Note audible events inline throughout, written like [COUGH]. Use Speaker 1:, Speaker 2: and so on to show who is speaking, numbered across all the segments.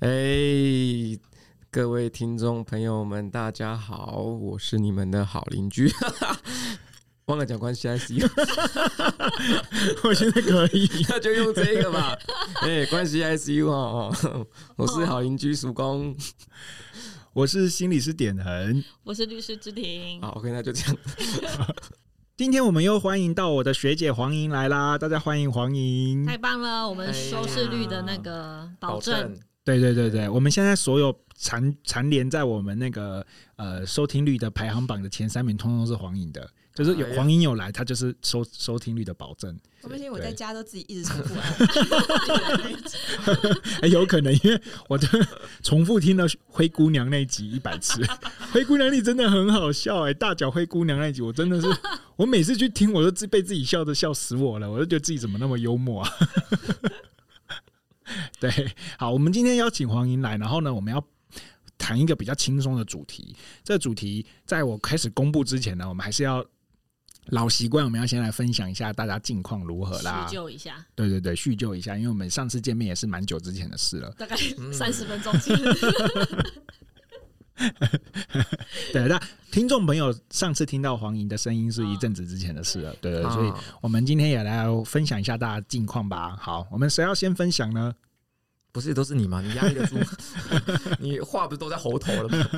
Speaker 1: 哎、各位听众朋友们，大家好，我是你们的好邻居。忘了讲关系 ICU，
Speaker 2: [LAUGHS] 我觉得可以。
Speaker 1: 那就用这个吧。哎、关系 ICU 哦，哦我是好邻居曙光。
Speaker 2: 我是心理师点恒，
Speaker 3: 我是律师之庭。
Speaker 1: 好，OK，那就这样。
Speaker 2: 今天我们又欢迎到我的学姐黄莹来啦，大家欢迎黄莹。
Speaker 3: 太棒了，我们收视率的那
Speaker 2: 哎
Speaker 3: 个保证，
Speaker 2: 对对对对，我们现在所有蝉蝉联在我们那个呃收听率的排行榜的前三名，通通是黄莹的。就是有
Speaker 1: 哎呀
Speaker 2: 黄莹有来，她就是收收听率的保证。
Speaker 4: 我不信我
Speaker 2: 对
Speaker 4: 在家都自己一直重复按。
Speaker 2: 哎、有可能因为我的重复听了灰姑娘那一集一百次，灰姑娘你真的很好笑哎、大脚灰姑娘那一集我真的是，我每次去听我都自被自己笑的笑死我了，我就觉得自己怎么那么幽默啊。 [LAUGHS] 对，好，我们今天邀请黄莹来，然后呢，我们要谈一个比较轻松的主题。这主题在我开始公布之前呢，我们还是要老习惯，我们要先来分享一下大家近况如何啦
Speaker 3: 叙。旧一下，
Speaker 2: 对对对，叙旧一下，因为我们上次见面也是蛮久之前的事了。
Speaker 3: 大概
Speaker 2: 嗯
Speaker 3: 三十分钟前。
Speaker 2: 对，那听众朋友上次听到黄莹的声音是一阵子之前的事了。对对，所以
Speaker 1: 啊
Speaker 2: 我们今天也来分享一下大家近况吧。好，我们谁要先分享呢？
Speaker 1: 不是都是你吗？你压抑得住？你话不是都在喉头了吗？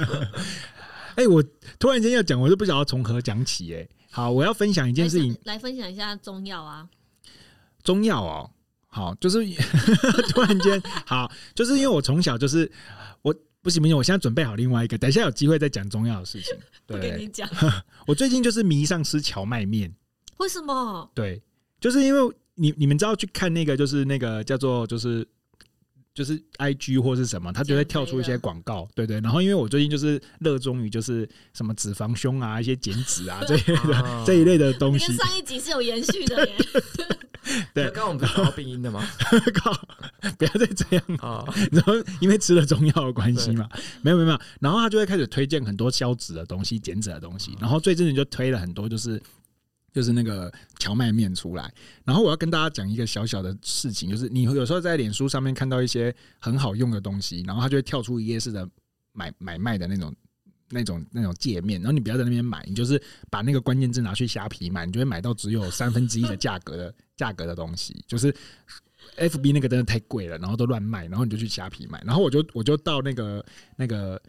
Speaker 2: 哎、我突然间要讲，我就不晓得从何讲起、哎，好，我要分享一件事情，
Speaker 3: [LAUGHS] 来分享一下中药啊，
Speaker 2: 中药哦。好，就是 [LAUGHS] 突然间，好，就是因为我从小就是我不行不行，我现在准备好另外一个，等一下有机会再讲中药的事情。
Speaker 3: [LAUGHS] 不跟你
Speaker 2: 对，
Speaker 3: 讲，
Speaker 2: 我最近就是迷上吃荞麦面。
Speaker 3: 为什么？
Speaker 2: 对，就是因为你你们知道去看那个，就是那个叫做就是就是 I G 或是什么，它就会跳出一些广告，对对。然后因为我最近就是热衷于就是什么脂肪胸啊、一些减脂啊这一类的、
Speaker 1: 啊
Speaker 2: 这一类的东
Speaker 3: 你
Speaker 2: 西
Speaker 3: 跟，上一集是有延续
Speaker 2: [LAUGHS]
Speaker 3: 的耶，
Speaker 2: 对
Speaker 1: 刚刚我们不是讲到病因的吗？
Speaker 2: [LAUGHS] 靠，不要再这样。
Speaker 1: 啊，
Speaker 2: 然后因为吃了中药的关系嘛，没有没有没有，然后他就会开始推荐很多消脂的东西、减脂的东西，然后最近你就推了很多就是。就是那个荞麦面出来，然后我要跟大家讲一个小小的事情，就是你有时候在脸书上面看到一些很好用的东西，然后它就会跳出一页式的买买卖的那种、那种、那种界面，然后你不要在那边买，你就是把那个关键字拿去虾皮买，你就会买到只有三分之一的价格的价格的东西，就是 F B 那个真的太贵了，然后都乱卖，然后你就去虾皮买，然后我就我就到那个那个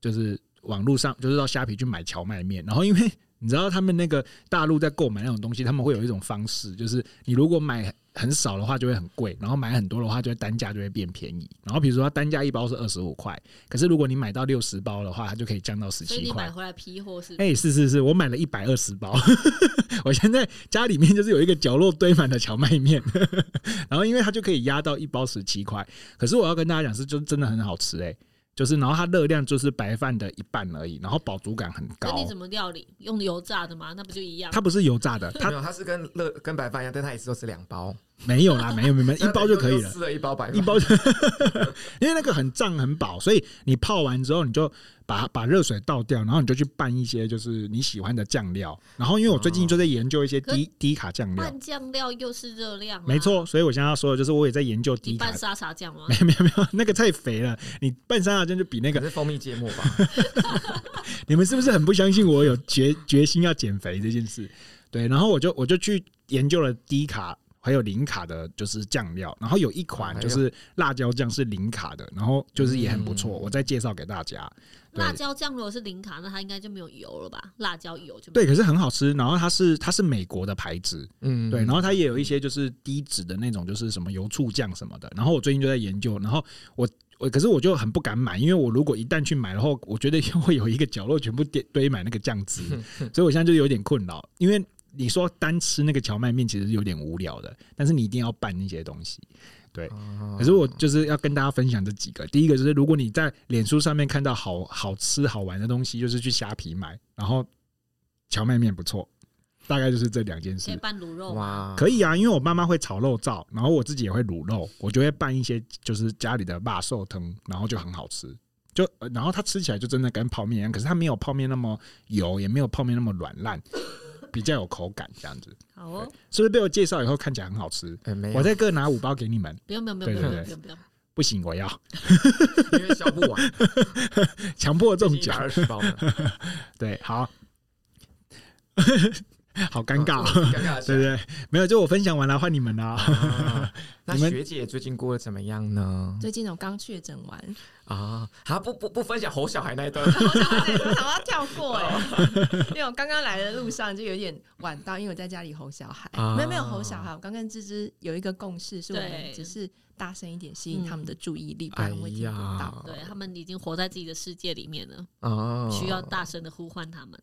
Speaker 2: 就是网络上，就是到虾皮去买荞麦面，然后因为你知道他们那个大陆在购买那种东西，他们会有一种方式，就是你如果买很少的话就会很贵，然后买很多的话就会单价就会变便宜，然后比如说它单价一包是二十五块，可是如果你买到六十包的话，它就可以降到十
Speaker 3: 所以
Speaker 2: 七
Speaker 3: 你
Speaker 2: 块
Speaker 3: 买。回来批货是？
Speaker 2: 哎、是是是，我买了一百二十包，我现在家里面就是有一个角落堆满了荞麦面，然后因为它就可以压到一包十七块，可是我要跟大家讲是，就真的很好吃哎、就是然后它热量就是白饭的一半而已，然后饱足感很
Speaker 3: 那
Speaker 2: 高
Speaker 3: 你，怎么料理？用油炸的吗？那不就一样？
Speaker 2: 它不是油炸的，它
Speaker 1: 没有，它是跟乐跟白饭一样，但它也是都吃两包，
Speaker 2: 没有啦，没有没有没有，一包就可以
Speaker 3: [LAUGHS]
Speaker 2: 了。
Speaker 1: 吃了一包白饭，
Speaker 2: 一包，因为那个很胀很饱，所以你泡完之后，你就把把热水倒掉，然后你就去拌一些就是你喜欢的酱料。然后，因为我最近就在研究一些
Speaker 3: 哦可
Speaker 2: 低低卡酱料，
Speaker 3: 拌酱料又是热量、啊，
Speaker 2: 没。错，所以我现在要说的就是，我也在研究
Speaker 3: 你
Speaker 2: 低卡
Speaker 3: 拌，沙茶酱吗？
Speaker 2: 没有没有没有，那个太肥了，你拌沙拉酱就比那
Speaker 1: 可
Speaker 2: 个，
Speaker 1: 是蜂蜜芥末吧？
Speaker 2: 你们是不是很不相信我有决决心要减肥这件事？对，然后我就我就去研究了低卡还有零卡的，就是酱料，然后有一
Speaker 1: 哦
Speaker 2: 款就是辣椒酱是零卡的，然后就是也很不错，
Speaker 1: 嗯
Speaker 2: 我再介绍给大家。对
Speaker 3: 辣椒酱如果是零卡，那它应该就没有油了吧？辣椒油就没有
Speaker 2: 对，可是很好吃，然后它是它是美国的牌子，
Speaker 1: 嗯，
Speaker 2: 对，然后它也有一些就是低脂的那种，就是什么油醋酱什么的。然后我最近就在研究，然后我我可是我就很不敢买，因为我如果一旦去买的话，我觉得会有一个角落全部堆堆满那个酱
Speaker 1: [LAUGHS]
Speaker 2: 汁，所以我现在就有点困扰。因为你说单吃那个荞麦面其实是有点无聊
Speaker 1: [LAUGHS]
Speaker 2: 的，但是你一定要拌一些东西。
Speaker 1: 啊
Speaker 2: 可是我就是要跟大家分享这几个，第一个就是如果你在脸书上面看到好好吃好玩的东西，就是去虾皮买，然后荞麦面不错，大概就是这两件
Speaker 3: 可
Speaker 2: 事
Speaker 3: 以。拌卤肉吗？
Speaker 1: 哇，
Speaker 4: 嗯
Speaker 2: 可以啊，因为我妈妈会炒肉燥，然后我自己也会卤肉，我就会拌一些就是家里的辣寿汤，然后就很好吃。就呃然后它吃起来就真的跟泡面一样，可是它没有泡面那么油，也没有泡面那么软
Speaker 4: [LAUGHS]
Speaker 2: 烂，比较有口感这样子。
Speaker 4: 哎
Speaker 3: 好哦，
Speaker 2: 是不是被我介绍以后看起来很好吃？
Speaker 1: 哎没有
Speaker 2: 我再各拿五包给你们，
Speaker 3: 不用不用不用不
Speaker 2: 对
Speaker 3: 用
Speaker 2: 对
Speaker 3: 不用不用，
Speaker 2: 不行，我要
Speaker 1: [LAUGHS]
Speaker 2: [LAUGHS]
Speaker 1: 因为消不完，
Speaker 2: 强迫中
Speaker 1: 已经
Speaker 2: 奖
Speaker 1: 一百。二十包了，
Speaker 2: 对，
Speaker 4: [LAUGHS]
Speaker 2: 好，好 [LAUGHS] 尴
Speaker 1: [LAUGHS]
Speaker 2: 尬、
Speaker 4: 嗯
Speaker 2: 哦，
Speaker 1: 尴尬，
Speaker 2: 对不。对？没有，就我分享完了，换你们
Speaker 1: [LAUGHS]
Speaker 2: 啦。
Speaker 1: 啊那
Speaker 2: 你们
Speaker 1: 学姐最近过得怎么样呢？
Speaker 4: [LAUGHS] 最近我刚确诊 [LAUGHS] 完，
Speaker 1: 啊，啊不不不分享吼小孩那
Speaker 2: [LAUGHS]
Speaker 1: 一段，
Speaker 4: 我想要我想要跳过哎、
Speaker 2: 哦
Speaker 4: [LAUGHS] 因为我刚刚来的路上就有点晚到，因为我在家里吼小孩，
Speaker 1: 啊
Speaker 4: 没有没有吼小孩，我刚跟芝芝有一个共识，是我
Speaker 3: 对
Speaker 4: 们只是大声一点吸引他们的注意力，不
Speaker 1: 哎
Speaker 4: 然会听不
Speaker 1: 呀
Speaker 4: 到。，
Speaker 3: 对他们已经活在自己的世界里面了，
Speaker 1: 啊
Speaker 2: 哦
Speaker 3: 需要。大声的呼唤他们，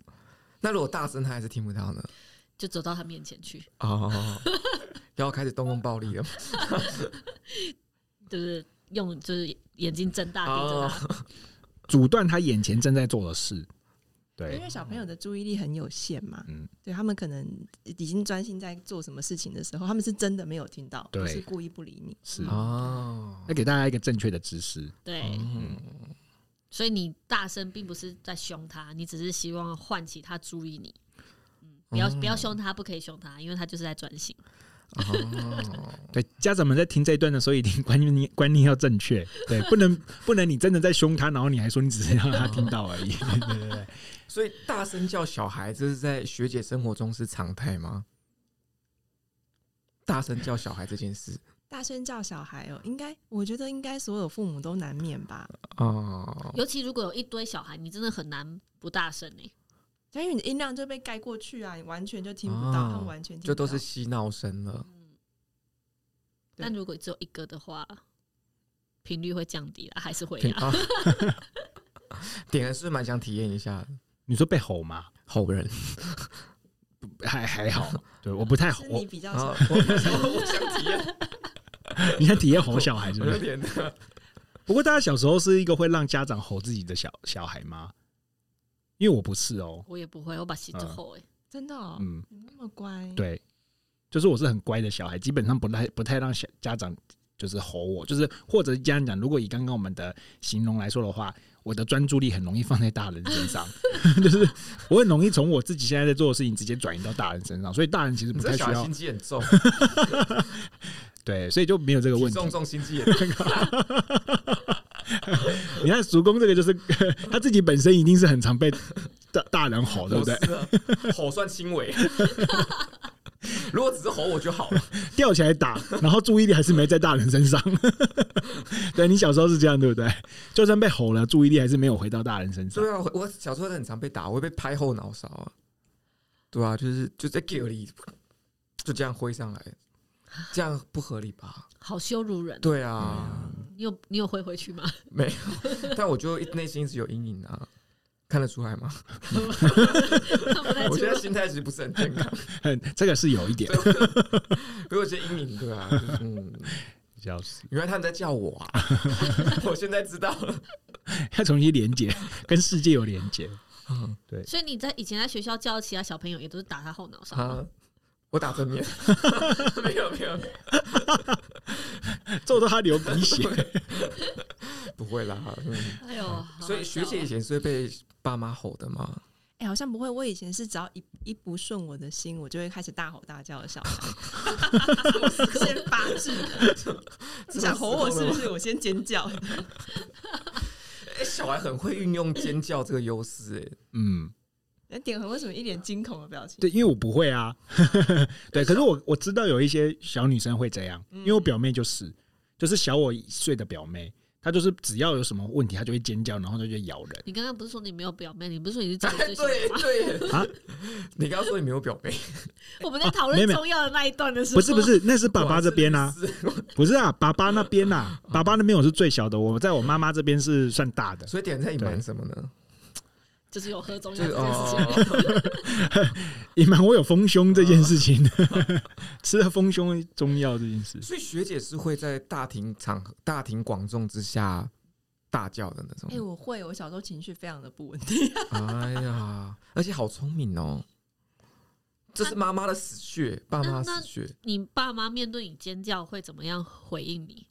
Speaker 1: 那如果大声他还是听不到呢？
Speaker 3: 就走到他面前去，
Speaker 1: [LAUGHS] 哦，要开始动用暴
Speaker 2: [LAUGHS]
Speaker 1: 力了。
Speaker 3: 就是用就是眼睛睁大
Speaker 1: 哦
Speaker 3: 盯着他，
Speaker 1: [LAUGHS]
Speaker 2: 阻断他眼前正在做的事。对
Speaker 4: 因，为小朋友的注意力很有限嘛，
Speaker 2: 嗯
Speaker 4: 对他们可能已经专心在做什么事情的时候，他们是真的没有听到，
Speaker 2: 对
Speaker 4: 不是故意不理你。嗯
Speaker 2: 是。
Speaker 1: 哦，
Speaker 2: 要给大家一个正确的知识，
Speaker 3: 对，
Speaker 1: 嗯
Speaker 3: 所以你大声并不是在凶他，你只是希望唤起他注意你。嗯，不要
Speaker 1: 哦
Speaker 3: 不要凶他，不可以凶他，因为他就是在专心。
Speaker 1: 哦，
Speaker 2: 对家长们在听这一段的时候，一定观念观念要正确，对，不能 [LAUGHS] 不能你真的在凶他，然后你还说你只是让他听到而已， [LAUGHS] 对对对，
Speaker 1: 所以大声叫小孩，这是在学姐生活中是常态吗？大声叫小孩这件事
Speaker 4: 大声叫小孩哦，应该我觉得应该所有父母都难免吧，
Speaker 1: 哦，
Speaker 3: 尤其如果有一堆小孩，你真的很难不大声欸呢、
Speaker 4: 因为你的音量就被盖过去啊，你完全就听不到，
Speaker 1: 哦
Speaker 4: 他们完全听不
Speaker 1: 就
Speaker 4: 到
Speaker 1: 都是嬉闹声了。
Speaker 3: 嗯，
Speaker 4: 对
Speaker 3: 但如果只有一个的话，频率会降低啦，还是会
Speaker 1: 挺
Speaker 3: 啊。
Speaker 1: 啊， [LAUGHS] 点人是不是蛮想体验一下
Speaker 2: 你说被吼吗？
Speaker 1: 吼人，
Speaker 2: 还还好，对，我不太吼
Speaker 4: [LAUGHS] 是，
Speaker 2: 我
Speaker 4: 你比较
Speaker 1: 然后
Speaker 4: 少。
Speaker 1: 我哦 [LAUGHS] 我我想体验，
Speaker 2: [LAUGHS] 你看体验吼小孩是
Speaker 1: 我
Speaker 2: 不
Speaker 1: 有
Speaker 2: 是？
Speaker 1: [LAUGHS] 点
Speaker 2: 不过大家小时候是一个会让家长吼自己的小小孩吗？因为我不是哦，
Speaker 3: 我也不会，我把戏之
Speaker 1: 嗯
Speaker 3: 后哎、
Speaker 4: 真的、哦，
Speaker 2: 嗯，
Speaker 4: 你那么乖，，
Speaker 2: 对，就是我是很乖的小孩，基本上不太不太让小家长就是吼我，就是或者家长如果以刚刚我们的形容来说的话，我的专注力很容易放在大人身
Speaker 1: [LAUGHS]
Speaker 2: 上，就是我很容易从我自己现在在做的事情直接转移到大人身上，所以大人其实
Speaker 1: 你
Speaker 2: 不
Speaker 1: 这
Speaker 2: 太需
Speaker 1: 小孩
Speaker 2: 要
Speaker 1: 心机很重，
Speaker 2: 对，所以就没有这个问
Speaker 1: 体
Speaker 2: 题。
Speaker 1: 重重心机也重。
Speaker 2: 你看叔公这个就是 [LAUGHS] 他自己本身一定是很常被大大人吼，对不对？
Speaker 1: 不哦是？啊吼算轻 [LAUGHS] 微，如果只是吼我就好了。
Speaker 2: 吊起来打，然后注意力还是没在大人身上。 [LAUGHS] 对你小时候是这样，对不对？就算被吼了，注意力还是没有回到大人身上。
Speaker 1: 对啊，我我小时候很常被打，我会被拍后脑勺啊。对啊，就是就在 g 里就这样挥上来，这样不合理吧？
Speaker 3: 好羞辱人。
Speaker 1: 对啊，
Speaker 3: 你有你有回
Speaker 1: [LAUGHS]
Speaker 3: 回去吗？
Speaker 1: 没有，但我就一内心一直有阴影啊。看得出来吗？
Speaker 3: 看不太
Speaker 1: [LAUGHS] 我
Speaker 3: 出
Speaker 1: 现
Speaker 3: 来
Speaker 1: 在。心态其实不是很健康，
Speaker 2: 嗯， [LAUGHS] 这个是有一点
Speaker 1: 对，我有些阴影，对啊，就是嗯，
Speaker 2: [LAUGHS] 笑死，
Speaker 1: 原来他们在叫我啊，[LAUGHS]
Speaker 2: 嗯
Speaker 1: 我现在知道
Speaker 2: [LAUGHS]
Speaker 1: 了，
Speaker 2: 要重新连接， [LAUGHS] 跟世界有连 [LAUGHS] 接。
Speaker 1: 嗯
Speaker 3: 所以你在以前在学校教其他小朋友，也都是打他后脑勺吗。
Speaker 1: 啊，我打
Speaker 2: [LAUGHS]
Speaker 1: 正面，没有没有，
Speaker 2: 揍到他流鼻血，
Speaker 1: 不会啦，嗯
Speaker 3: 哎呦，好
Speaker 1: 所以学姐以前是会被爸妈吼的吗？
Speaker 4: 哎、好像不会。我以前是只要一一不顺我的心，我就会开始大吼大叫的小孩，我先发誓，
Speaker 2: [LAUGHS]
Speaker 4: 你想吼我是不是？我先尖叫。
Speaker 1: 哎、小孩很会运用尖叫这个优势、 [LAUGHS] 哎，
Speaker 2: 嗯，
Speaker 4: 那哎点恒为什么一脸惊恐的表情？
Speaker 2: 对，因为我不会啊， [LAUGHS] 对，可是我我知道有一些小女生会这样，因为我表妹就是，就是小我一岁的表妹，她就是只要有什么问题，她就会尖叫，然后她就咬人。
Speaker 3: 你刚刚不是说你没有表妹，你不是说你是家里
Speaker 1: 哎
Speaker 3: 最小
Speaker 1: [LAUGHS] 对
Speaker 3: 的吗？
Speaker 1: 对
Speaker 2: 啊
Speaker 1: 你刚刚说你没有表妹，
Speaker 3: 我们在讨
Speaker 2: 没有
Speaker 3: 论
Speaker 2: 没有
Speaker 3: 重要的那一段的时候，
Speaker 2: 不是不是，那是 [LAUGHS] 爸爸这边啊，
Speaker 1: 我还是律师
Speaker 2: [LAUGHS] 不是啊，爸爸那边啊，爸爸那边我是最小的，我在我妈妈这边是算大
Speaker 1: [LAUGHS] [LAUGHS]
Speaker 2: 的。
Speaker 1: 所以点在隐瞒什么呢？
Speaker 3: 就是哦有喝中
Speaker 1: 就
Speaker 3: 药
Speaker 1: 是
Speaker 3: 这件事情。
Speaker 1: 哦，
Speaker 2: 隐瞒我有丰胸这件事情， [LAUGHS] 吃了丰胸中药这件事，
Speaker 1: 所以学姐是会在大庭场合、大庭广众之下大叫的那种
Speaker 4: 哎、。我会，我小时候情绪非常的不稳定。
Speaker 1: 哎呀，而且好聪明哦，这是妈妈的死穴，爸妈的死穴。
Speaker 3: 你爸妈面对你尖叫会怎么样回应你？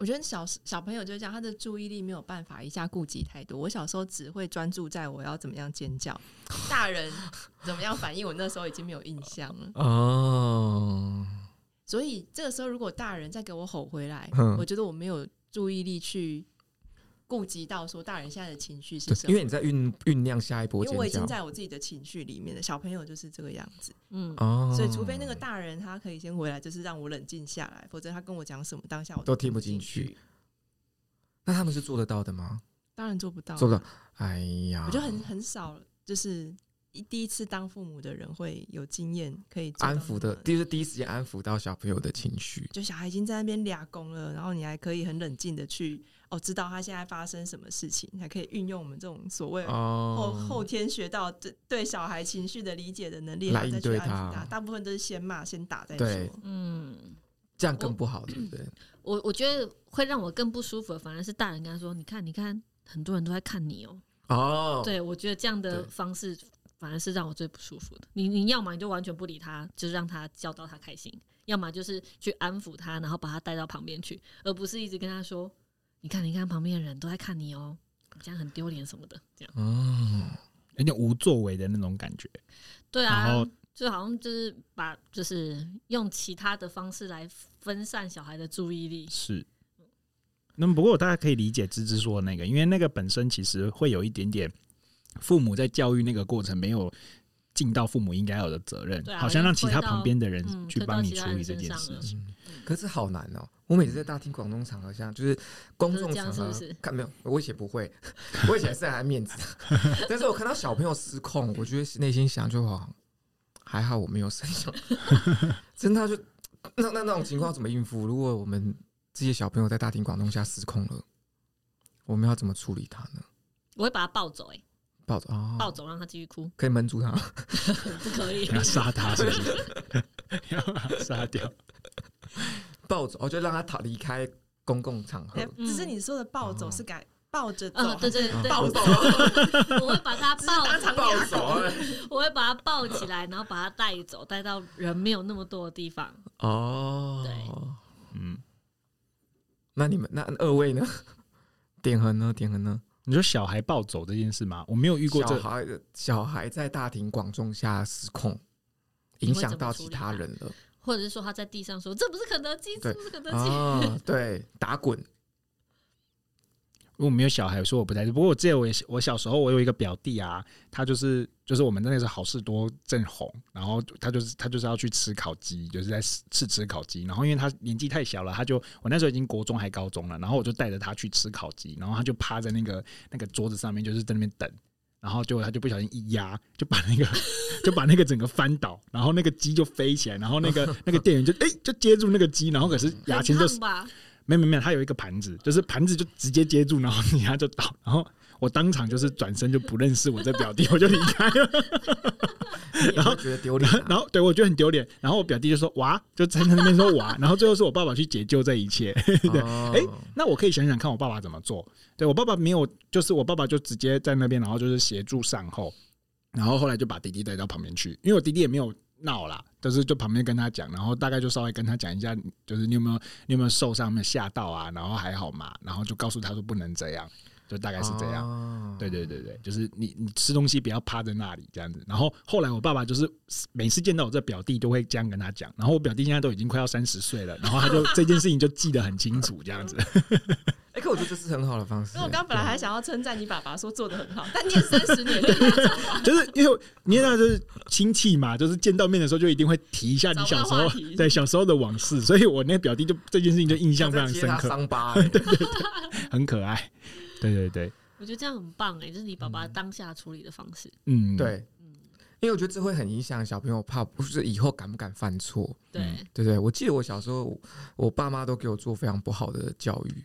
Speaker 4: 我觉得小小朋友就是这样，他的注意力没有办法一下顾及太多。我小时候只会专注在我要怎么样尖叫，大人怎么样反应，我那时候已经没有印象了。
Speaker 1: 哦，
Speaker 4: 所以这个时候，如果大人再给我吼回来，
Speaker 1: 嗯
Speaker 4: 我觉得我没有注意力去顾及到说大人现在的情绪是
Speaker 1: 对
Speaker 4: 什，么，
Speaker 1: 因为你在酝酝酿下一波
Speaker 4: 因为我已
Speaker 1: 尖
Speaker 4: 经
Speaker 1: 叫
Speaker 4: 在我自己的情绪里面了。小朋友就是这个样子，
Speaker 3: 嗯，
Speaker 1: 哦，
Speaker 4: 所以除非那个大人他可以先回来，就是让我冷静下来，否则他跟我讲什么，当下我
Speaker 1: 都听
Speaker 4: 不
Speaker 1: 不进去，。那他们是做得到的吗？
Speaker 4: 当然做不到，啊
Speaker 1: 做不到。。哎呀，
Speaker 4: 我觉得很很少，就是一第一次当父母的人会有经验可以做到
Speaker 1: 安抚
Speaker 4: 那
Speaker 1: 的，
Speaker 4: 么
Speaker 1: 就是第一时间安抚到小朋友的情绪。
Speaker 4: 就小孩已经在那边俩工了，然后你还可以很冷静的去哦，知道他现在发生什么事情，还可以运用我们这种所谓后、
Speaker 1: 哦，
Speaker 4: 后天学到对对小孩情绪的理解的能力，
Speaker 1: 来
Speaker 4: 然后再
Speaker 1: 应对
Speaker 4: 去安抚
Speaker 1: 他
Speaker 4: 他。大部分都是先骂先打再
Speaker 1: 对
Speaker 4: 说。 [LAUGHS]
Speaker 3: 嗯，
Speaker 1: 这样更不好，对不对？
Speaker 3: 我我觉得会让我更不舒服的，反而是大人跟他说：“你看，你看，很多人都在看你哦、
Speaker 4: 嗯
Speaker 1: 哦，
Speaker 3: 对，我觉得这样的
Speaker 1: 对
Speaker 3: 方式反而是让我最不舒服的。你你要么你就完全不理他，就让他叫到他开心；要么就是去安抚他，然后把他带到旁边去，而不是一直跟他说：“你看，你看，旁边的人都在看你哦、你这样很丢脸什么的。”这样
Speaker 1: 嗯，
Speaker 2: 有点无作为的那种感觉。
Speaker 3: 对
Speaker 2: 然
Speaker 3: 啊
Speaker 2: 后，
Speaker 3: 就好像就是把就是用其他的方式来分散小孩的注意力。
Speaker 2: 是。那么，不过我大概可以理解芝芝说的那个，因为那个本身其实会有一点点父母在教育那个过程没有尽到父母应该有的责任，
Speaker 3: 对啊
Speaker 2: 好像让其他
Speaker 3: 推到
Speaker 2: 旁边的人
Speaker 3: 嗯
Speaker 2: 去
Speaker 3: 推到
Speaker 2: 帮你
Speaker 3: 其他
Speaker 2: 处
Speaker 3: 人
Speaker 2: 理这
Speaker 3: 身
Speaker 2: 件
Speaker 3: 上
Speaker 2: 事
Speaker 3: 了
Speaker 2: 情。 [LAUGHS]
Speaker 1: 可是好难哦。我每次在大庭广众场合下，就是公
Speaker 3: 就是
Speaker 1: 众
Speaker 3: 这
Speaker 1: 场
Speaker 3: 样
Speaker 1: 合，
Speaker 3: 是不是
Speaker 1: 看没有，我以前不会，我以前是很爱面子 [LAUGHS] 的，但是我看到小朋友失控，我觉得内心想就好，还好我没有生小孩， [LAUGHS] 真的就那那那种情况怎么应付？如果我们这些小朋友在大庭广众下失控了，我们要怎么处理他呢？
Speaker 3: 我会把他抱走、欸，哎，
Speaker 1: 抱着啊，
Speaker 3: 抱走让他继续哭， [LAUGHS]
Speaker 1: 可以闷住他，
Speaker 3: 不可以
Speaker 2: [LAUGHS] 你。要杀他是不是？ [LAUGHS] 你要把他杀掉？
Speaker 1: 抱走，哦我就让他逃离开公共场合
Speaker 4: 哎，。
Speaker 3: 嗯
Speaker 4: 只是你说的抱
Speaker 1: 嗯
Speaker 4: 走是改抱着走，
Speaker 3: 嗯，对对
Speaker 1: [LAUGHS]
Speaker 3: 对，
Speaker 1: 抱走，
Speaker 3: [LAUGHS] 我会把他抱
Speaker 4: 当场
Speaker 1: 抱走，啊
Speaker 3: [LAUGHS] 我会把它抱起来，然后把它带走，带到人没有那么多的地方。
Speaker 1: 哦，
Speaker 3: 对
Speaker 2: 嗯，
Speaker 1: 那你们那二位呢？ [LAUGHS] 点恒呢？点恒呢？
Speaker 2: 你说小孩暴走这件事吗？我没有遇过这
Speaker 1: 小孩小孩在大庭广众下失控，
Speaker 3: 你
Speaker 1: 影
Speaker 3: 会怎么
Speaker 1: 响到其他人了
Speaker 3: 或者是说他在地上说：“这不是肯德基，
Speaker 1: 对
Speaker 3: 这不是肯德基。
Speaker 2: 哦
Speaker 1: 啊！对，打滚
Speaker 2: 因为我没有小孩，所以我不太不过我记得我也我小时候，我有一个表弟啊，他就是就是我们那个时候好事多正红，然后他就是他就是要去吃烤鸡，就是在试试吃烤鸡。然后因为他年纪太小了，他就我那时候已经国中还高中了，然后我就带着他去吃烤鸡，然后他就趴在那个那个桌子上面，就是在那边等。然后结果他就不小心一压，就把那个 [LAUGHS] 就把那个整个翻倒，然后那个鸡就飞起来，然后那个那个店员就哎、就接住那个鸡，然后可是牙签就
Speaker 3: 很烫吧，
Speaker 2: 没有没有没有，他有一个盘子，就是盘子就直接接住，然后你他就倒，然后我当场就是转身就不认识我这表弟，我就离开 [LAUGHS] 了。
Speaker 1: 你也会觉得丢脸啊。
Speaker 2: 然后对我觉得很丢脸，然后我表弟就说哇，就在那边说哇，然后最后是我爸爸去解救这一切。对
Speaker 1: 哦
Speaker 2: 哎那我可以想想看我爸爸怎么做。对我爸爸没有，就是我爸爸就直接在那边，然后就是协助善后，然后后来就把弟弟带到旁边去，因为我弟弟也没有闹啦，就是就旁边跟他讲，然后大概就稍微跟他讲一下，就是你有没有你有没有受伤，有没有吓到啊，然后还好嘛，然后就告诉他说不能这样，就大概是这样。
Speaker 1: 样
Speaker 2: 对对对对，就是你你吃东西不要趴在那里这样子。然后后来我爸爸就是每次见到我这表弟都会这样跟他讲，然后我表弟现在都已经快要三十岁了，然后他就这件事情就记得很清楚这样子。
Speaker 1: 哎，可我觉得这是很好的方式。欸
Speaker 4: 因为我刚本来还想要称赞你爸爸说做的很好，但你也三十年了，
Speaker 2: [LAUGHS] 就是因为你也知道，就是亲戚嘛，就是见到面的时候就一定会提一下你小时
Speaker 4: 找不到
Speaker 2: 候
Speaker 4: 话题
Speaker 2: 对小时候的往事，所以我那表弟就这件事情就印象非常 [LAUGHS]
Speaker 1: 在接
Speaker 2: 深
Speaker 1: 他
Speaker 2: 刻，
Speaker 1: 伤疤，欸
Speaker 2: 很可爱。对对对，
Speaker 3: [LAUGHS] 我觉得这样很棒哎、这是你爸爸当下处理的方式。
Speaker 2: 嗯，
Speaker 1: 对，因为我觉得这会很影响小朋友，怕不是以后敢不敢犯错。
Speaker 3: 对，
Speaker 1: 对对，我记得我小时候，我我爸妈都给我做非常不好的教育。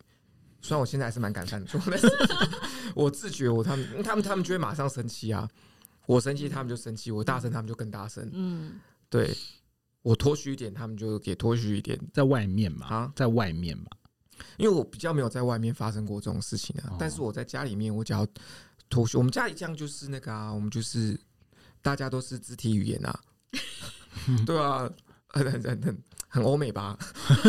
Speaker 1: 虽然我现在还是蛮敢犯错，但是 [LAUGHS] 我自觉我他们他们他们就会马上生气啊，我生气他们就生气，我大声他们就更大声，
Speaker 3: 嗯，
Speaker 1: 对我脱虚一点他们就也脱虚一点，
Speaker 2: 在外面嘛
Speaker 1: 啊，
Speaker 2: 在外面嘛，
Speaker 1: 因为我比较没有在外面发生过这种事情啊，
Speaker 2: 哦
Speaker 1: 但是我在家里面我只要脱虚，我们家里这样就是那个啊，我们就是大家都是肢体语
Speaker 2: [LAUGHS]
Speaker 1: 言啊，对啊，很很很很很欧美
Speaker 2: [LAUGHS]
Speaker 1: 吧，我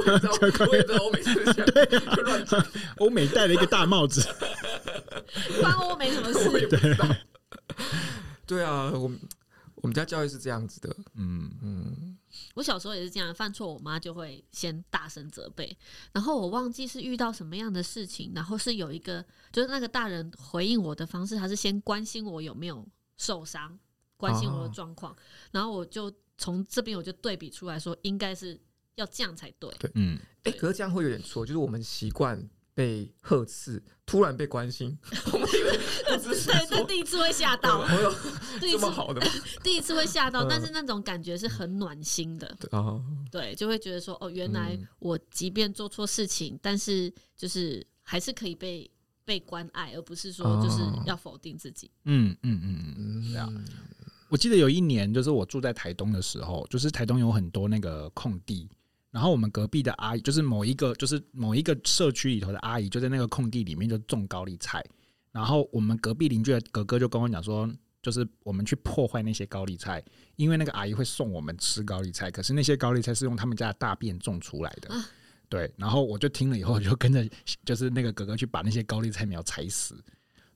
Speaker 1: 也知道我也知道欧美就是这样，就乱讲，
Speaker 2: 欧美戴了一个大帽子，
Speaker 3: 关我没什么
Speaker 1: 我也
Speaker 3: 事。
Speaker 1: 不知道。对啊，我我们家教育是这样子的，
Speaker 2: [LAUGHS] 嗯，
Speaker 1: 嗯，
Speaker 3: 我小时候也是这样，犯错我妈就会先大声责备，然后我忘记是遇到什么样的事情，然后是有一个就是那个大人回应我的方式，他是先关心我有没有受伤，关心
Speaker 1: 哦
Speaker 3: 我的状况，然后我就从这边我就对比出来说，应该是要这样才对。
Speaker 2: 嗯，
Speaker 1: 哎、
Speaker 3: 对
Speaker 1: 可是这样会有点错，就是我们习惯被呵斥，突然被关心，我们以为不 [LAUGHS] 只是
Speaker 3: 对，这
Speaker 1: 说
Speaker 3: 第一次会吓到，
Speaker 1: [LAUGHS] 我有
Speaker 3: 第一
Speaker 1: 这
Speaker 3: 次
Speaker 1: 么好
Speaker 2: [LAUGHS]
Speaker 1: 的吗？
Speaker 3: 第一次会吓到，
Speaker 1: 嗯
Speaker 3: 但是那种感觉是很暖心的，
Speaker 1: 对
Speaker 2: 哦
Speaker 1: 啊，
Speaker 3: 对，就会觉得说哦，原来
Speaker 1: 嗯
Speaker 3: 我即便做错事情，但是就是还是可以被被关爱，而不是说就是
Speaker 1: 哦
Speaker 3: 要否定自己。
Speaker 2: 嗯嗯嗯嗯，
Speaker 1: 嗯，
Speaker 2: 对啊我记得有一年，就是我住在台东的时候，就是台东有很多那个空地，然后我们隔壁的阿姨，就是某一个就是某一个社区里头的阿姨，就在那个空地里面就种高丽菜，然后我们隔壁邻居的哥哥就跟我讲说。就是我们去破坏那些高丽菜，因为那个阿姨会送我们吃高丽菜，可是那些高丽菜是用他们家的大便种出来
Speaker 1: 啊
Speaker 2: 的，对。然后我就听了以后，我就跟着就是那个哥哥去把那些高丽菜苗踩死，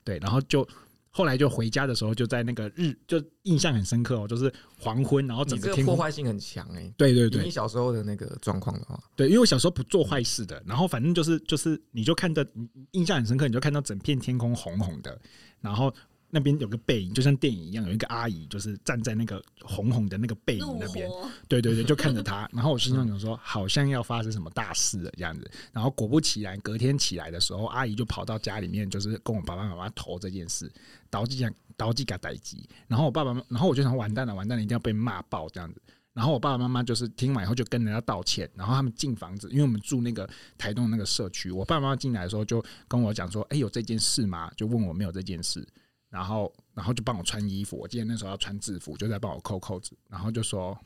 Speaker 2: 对。然后就后来就回家的时候，就在那个日，就印象很深刻哦，就是黄昏，然后整
Speaker 1: 你这
Speaker 2: 个
Speaker 1: 个
Speaker 2: 天
Speaker 1: 破
Speaker 2: 空，
Speaker 1: 坏性很强哎、
Speaker 2: 对对
Speaker 1: 以
Speaker 2: 对
Speaker 1: 你小时候的那个状况的话，
Speaker 2: 对，因为我小时候不做坏事的，然后反正就是就是，你就看到你印象很深刻，你就看到整片天空红红的，然后那边有个背影，就像电影一样，有一个阿姨就是站在那个红红的那个背影
Speaker 3: 怒
Speaker 2: 哎那边， [LAUGHS]
Speaker 3: 火，
Speaker 2: 对对对，就看着他，然后我心中想说，好像要发生什么大事了这样子。然后果不其然，隔天起来的时候，阿姨就跑到家里面，就是跟我爸爸妈妈投这件事，倒计讲倒计嘎逮鸡。然后我爸爸妈，然后我就想完蛋了，完蛋了，一定要被骂爆这样子。然后我爸爸妈妈就是听完以后就跟人家道歉，然后他们进房子，因为我们住那个台东那个社区，我爸爸妈妈进来的时候就跟我讲说：“哎、有这件事吗？”就问我哎没有这件事，然后然后就帮我穿衣服，我记得那时候要穿制服，就在帮我扣扣子，然后就说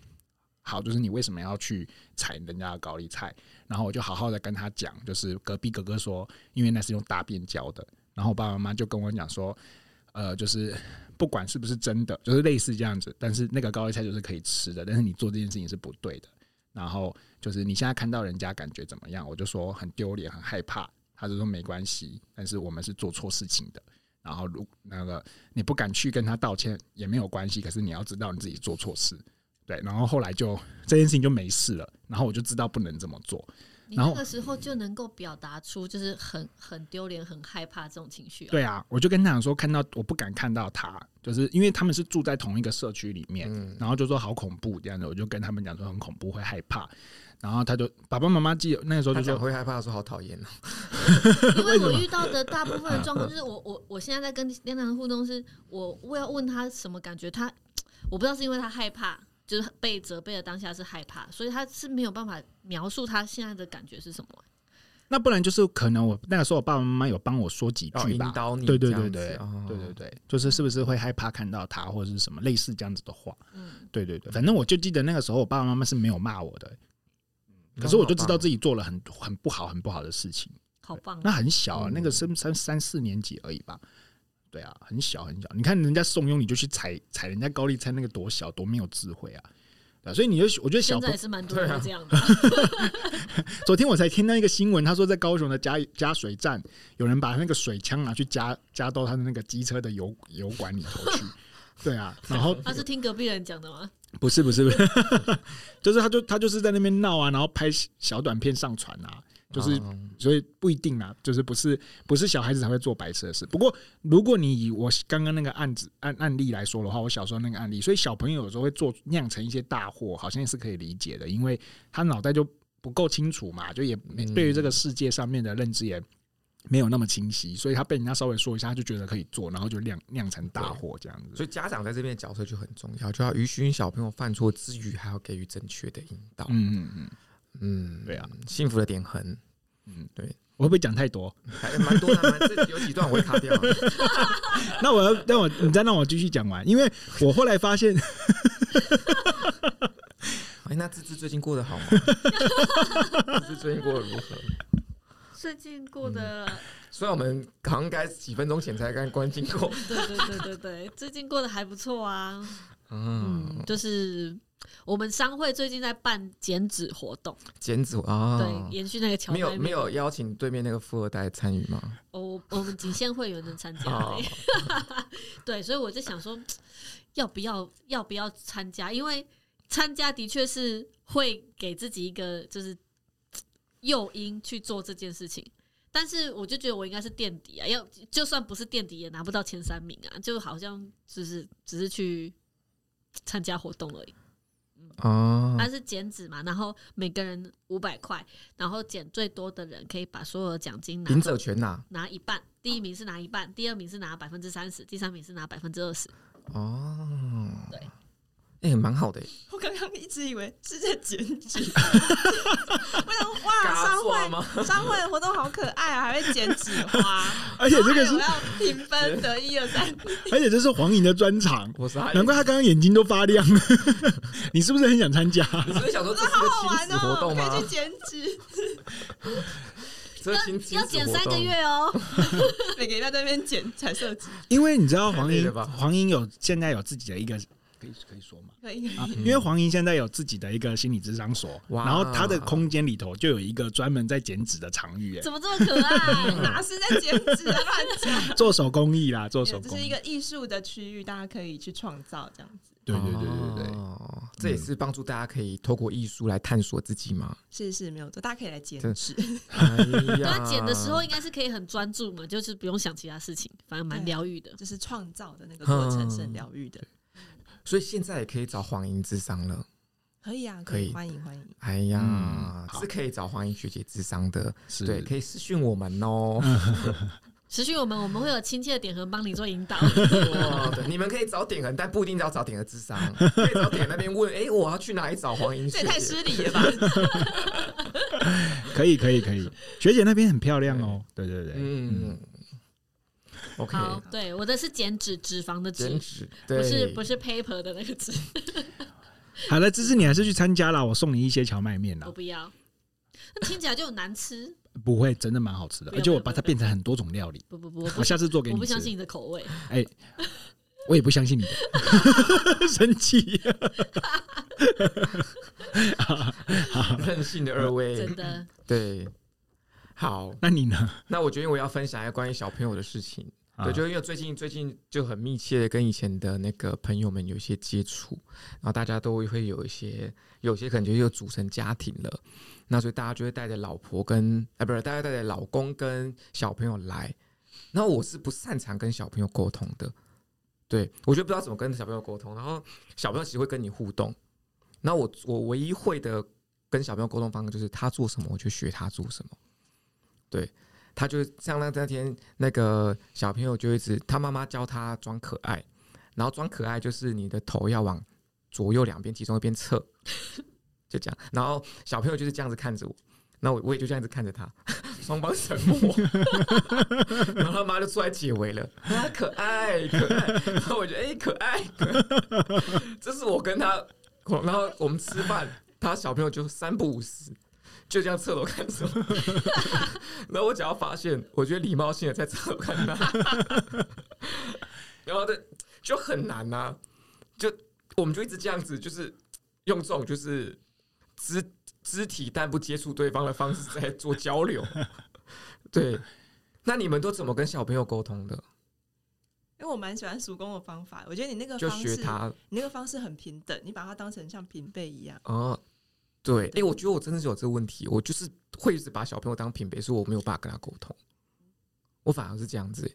Speaker 2: 好，就是你为什么要去采人家的高丽菜？然后我就好好的跟他讲，就是隔壁哥哥说，因为那是用大便教的。然后我爸爸妈妈就跟我讲说，呃，就是不管是不是真的，就是类似这样子，但是那个高丽菜就是可以吃的，但是你做这件事情是不对的。然后就是你现在看到人家感觉怎么样？我就说很丢脸，很害怕。他就说没关系，但是我们是做错事情的。然后如那个你不敢去跟他道歉也没有关系，可是你要知道你自己做错事。对，然后后来就这件事情就没事了，然后我就知道不能这么做。
Speaker 3: 你
Speaker 2: 然后
Speaker 3: 那个时候就能够表达出就是很很丢脸、很害怕这种情绪、啊。
Speaker 2: 对啊，我就跟他讲说，看到我不敢看到他，就是因为他们是住在同一个社区里面，
Speaker 1: 嗯，
Speaker 2: 然后就说好恐怖这样子，我就跟他们讲说很恐怖，会害怕。然后他就爸爸妈妈记得那个时候
Speaker 1: 他
Speaker 2: 就
Speaker 1: 讲
Speaker 2: 说，
Speaker 1: 会害怕的时候好讨厌哦，
Speaker 3: 因为我遇到的大部分的
Speaker 2: [LAUGHS]
Speaker 3: 状况就是我我我现在在跟亮亮的互动是，我我要问他什么感觉，他我不知道是因为他害怕，就是被责备的当下是害怕，所以他是没有办法描述他现在的感觉是什么。欸
Speaker 2: 那不然就是可能我那个时候我爸爸妈妈有帮我说几
Speaker 1: 要
Speaker 2: 句
Speaker 1: 哦引
Speaker 2: 吧，
Speaker 1: 导你，
Speaker 2: 对对
Speaker 1: 这样
Speaker 2: 对
Speaker 1: 子
Speaker 2: 对
Speaker 1: 哦
Speaker 2: 对对对，就是是不是会害怕看到他或者是什么类似这样子的话？
Speaker 3: 嗯，
Speaker 2: 对对对，反正我就记得那个时候我爸爸妈妈是没有骂我的，
Speaker 1: 哦
Speaker 2: 可是我就知道自己做了很很不好很不好的事情。
Speaker 3: 好棒
Speaker 2: 那！很小啊，
Speaker 1: 嗯
Speaker 2: 那个三三三四年级而已吧。对啊，很小很小。你看人家宋庸，你就去踩踩人家高丽菜，那个多小多没有智慧啊！对啊所以你就我觉得小
Speaker 3: 现
Speaker 2: 朋啊
Speaker 3: 在也是蛮多人会这样的，
Speaker 2: 昨天我才听到一个新闻，他说在高雄的加加水站，有人把那个水枪拿去加加到他的那个机车的油油管里头
Speaker 1: [LAUGHS]
Speaker 2: 去。对啊，然后
Speaker 3: 他是听隔壁人讲的吗？
Speaker 2: 不是不是不是， [LAUGHS] 就是他就他就是在那边闹啊，然后拍小短片上传啊，就是
Speaker 1: 嗯
Speaker 2: 所以不一定啦，就是不是不是小孩子才会做白痴的事。不过，如果你以我刚刚那个案子案案例来说的话，我小时候那个案例，所以小朋友有时候会做酿成一些大祸，好像是可以理解的，因为他脑袋就不够清楚嘛，就也没
Speaker 1: 嗯
Speaker 2: 对于这个世界上面的认知也没有那么清晰，所以他被人家稍微说一下，他就觉得可以做，然后就酿酿成大祸这样子。
Speaker 1: 所以家长在这边的角色就很重要，就要允许小朋友犯错之余，还要给予正确的引导。
Speaker 2: 嗯嗯嗯，
Speaker 1: 嗯，
Speaker 2: 对啊，
Speaker 1: 幸福的点很，
Speaker 2: 我会不会讲太多？
Speaker 1: 还蛮多的，蛮这有几段我会卡掉啊。
Speaker 2: 那我要让我你再让我继续讲完，因为我后来发现
Speaker 1: [LAUGHS] 哎，那芝芝最近过得好吗？ [LAUGHS] 芝芝最近过得如何？
Speaker 3: 最近过得，
Speaker 1: 虽然我们好像该几分钟前才刚关进过，
Speaker 3: [LAUGHS] 对对对对对， [LAUGHS] 最近过得还不错啊。
Speaker 1: 嗯，
Speaker 3: 嗯，就是我们商会最近在办减脂活动，
Speaker 1: 减脂啊，
Speaker 3: 对，延续那个桥
Speaker 1: 没有
Speaker 3: 妹妹
Speaker 1: 没有邀请对面那个富二代参与吗？
Speaker 3: 哦，我们仅限会员能参加而
Speaker 1: 哦
Speaker 3: 已。对，所以我就想说，要不要要不要参加？因为参加的确是会给自己一个就是诱因去做这件事情。但是我就觉得我应该是垫底啊，要就算不是垫底也拿不到前三名啊，就好像就是只是去参加活动而已。
Speaker 1: 哦，
Speaker 3: 它是减脂嘛，然后每个人五百块，然后减最多的人可以把所有的奖金拿
Speaker 1: 赢
Speaker 3: 走
Speaker 1: 者全拿
Speaker 3: 拿一半，第一名是拿一半，第二名是拿百分之三十，第三名是拿百分之二十。
Speaker 1: 嗯哦，
Speaker 3: 对，
Speaker 1: 哎，蛮好的，
Speaker 4: 我刚刚一直以为是在检举，我想说哇，商
Speaker 1: 抓
Speaker 4: 会
Speaker 1: 吗？
Speaker 4: 商会的活动好可爱啊，还会剪纸花，
Speaker 2: [LAUGHS] 而且这个
Speaker 4: 然
Speaker 2: 是
Speaker 4: 后，还有要评分的，一二三，
Speaker 2: 而且这是黄莹的专场，
Speaker 1: 我是阿
Speaker 2: 难怪他刚刚眼睛都发亮。哎 [LAUGHS] 你是不是很想参加？
Speaker 1: 你是不是想说这是一
Speaker 4: 好
Speaker 1: 个
Speaker 4: 好
Speaker 1: 亲
Speaker 4: 玩
Speaker 1: 子活
Speaker 4: 哦，
Speaker 1: 动
Speaker 4: 可以
Speaker 1: 吗
Speaker 4: 去？剪纸，
Speaker 1: 这是亲亲
Speaker 3: 要
Speaker 1: 子
Speaker 3: 减
Speaker 1: 活
Speaker 3: 三个
Speaker 1: 动
Speaker 3: 月哦， [LAUGHS]
Speaker 4: 每个人在那边剪彩色纸，
Speaker 2: 因为你知道黄
Speaker 1: 太累
Speaker 2: 莹
Speaker 1: 了吧，
Speaker 2: 黄莹有现在有自己的一个，可以可以说吗？
Speaker 4: 可以。
Speaker 2: 啊，因为黄莹现在有自己的一个心理智商所，
Speaker 1: 哇
Speaker 2: 然后她的空间里头就有一个专门在剪纸的场域，哎，
Speaker 3: 怎么这么
Speaker 1: [LAUGHS]
Speaker 3: 可爱？
Speaker 4: 哪是在剪纸啊？乱讲！
Speaker 2: 做手工艺啦，做 [LAUGHS] 手
Speaker 4: 哎这
Speaker 2: 工
Speaker 4: 是一
Speaker 2: 艺，
Speaker 4: 个艺术的区域，大家可以去创造这样子。
Speaker 2: 对对对对对，
Speaker 1: 哦这也是帮助大家可以透过艺术来探索自己嘛。
Speaker 4: 是是，没有错，大家可以来剪
Speaker 1: 对
Speaker 4: 纸。
Speaker 1: [LAUGHS] 哎
Speaker 3: 对
Speaker 1: 呀，
Speaker 3: 啊，减的时候应该是可以很专注嘛，就是不用想其他事情，反正蛮
Speaker 4: 啊
Speaker 3: 疗愈的。
Speaker 4: 就是创造的那个过程是很疗愈的。
Speaker 1: 所以现在也可以找黄英智商了。
Speaker 4: 可以啊，
Speaker 1: 可以
Speaker 4: 欢迎欢迎。
Speaker 1: 哎呀
Speaker 2: 嗯，好
Speaker 1: 是可以找黄英学姐智商的，
Speaker 2: 是，
Speaker 1: 对，可以私讯我们 [LAUGHS] 哦。
Speaker 3: 持续我们，我们会有亲切的点和帮你做引导。
Speaker 1: 哇对，你们可以找点恒，但不一定要找点恒智商，可以找点恒那边问，哎，我要去哪里找黄英
Speaker 4: 这
Speaker 1: 学
Speaker 4: 也太
Speaker 1: 姐？
Speaker 4: 失礼了吧！
Speaker 2: 可以可以可 [LAUGHS] 以，学姐那边很漂亮哦，对对对，嗯，
Speaker 1: 嗯，OK，
Speaker 3: 好，对，我的是减脂脂肪的脂
Speaker 1: 减，脂，
Speaker 3: 不
Speaker 1: 对，
Speaker 3: 是不是 paper 的那个脂，
Speaker 2: 好了，芝芝你还是去参加啦，我送你一些荞麦面啦
Speaker 3: 我，不要。那听起来就很难吃，
Speaker 2: 不会，真的蛮好吃的，
Speaker 3: 不要
Speaker 2: 而且我把它变成很多种料理，
Speaker 3: 不不不，我不
Speaker 2: 我下次做给
Speaker 3: 我
Speaker 2: 你
Speaker 3: 不
Speaker 2: 吃
Speaker 3: 相，信你的口味。
Speaker 2: 哎，我也不相信你的， [LAUGHS] 生气，
Speaker 1: 任性的二位，
Speaker 3: 真的，
Speaker 1: 对。好，
Speaker 2: 那你呢？
Speaker 1: 那我决定我要分享一个关于小朋友的事情。
Speaker 2: 啊
Speaker 1: 对，就因为最近最近就很密切的跟以前的那个朋友们有一些接触，然后大家都会有一些，有些可能就又组成家庭了，那所以大家就会带着老婆跟啊，不是，大家带着老公跟小朋友来。然后我是不擅长跟小朋友沟通的，对我就不知道怎么跟小朋友沟通。然后小朋友其实会跟你互动，那我我唯一会的跟小朋友沟通方式就是他做什么我就学他做什么，对。他就像那那天那个小朋友就一直，他妈妈教他装可爱，然后装可爱就是你的头要往左右两边其中一边侧， [LAUGHS] 就这样。然后小朋友就是这样子看着我，那我我也就这样子看着他，双方沉默。 [LAUGHS] 然后他妈就出来解围了，啊，可爱可爱。然后我觉得哎、可爱可爱，这是我跟他，然后我们吃饭，他小朋友就三不五时。就这样侧头看着我，然后我只要发现，我觉得礼貌性的在侧头看他， [LAUGHS] 然后这就很难呐、啊就我们就一直这样子，就是用这种就是肢肢体但不接触对方的方式在做交
Speaker 4: [LAUGHS]
Speaker 1: 流。对，那你们都怎么跟小朋友沟通的？
Speaker 4: 因为我蛮喜欢叔公的方法，我觉得你那个
Speaker 1: 就
Speaker 4: 方
Speaker 1: 学
Speaker 4: 式，
Speaker 1: 他
Speaker 4: 你那个方式很平等，你把它当成像平辈一样。 [LAUGHS]
Speaker 1: 哦。对，哎、我觉得我真的是有这个问题，我就是会一直把小朋友当平辈，所以我没有办法跟他沟通，我反而是这样子、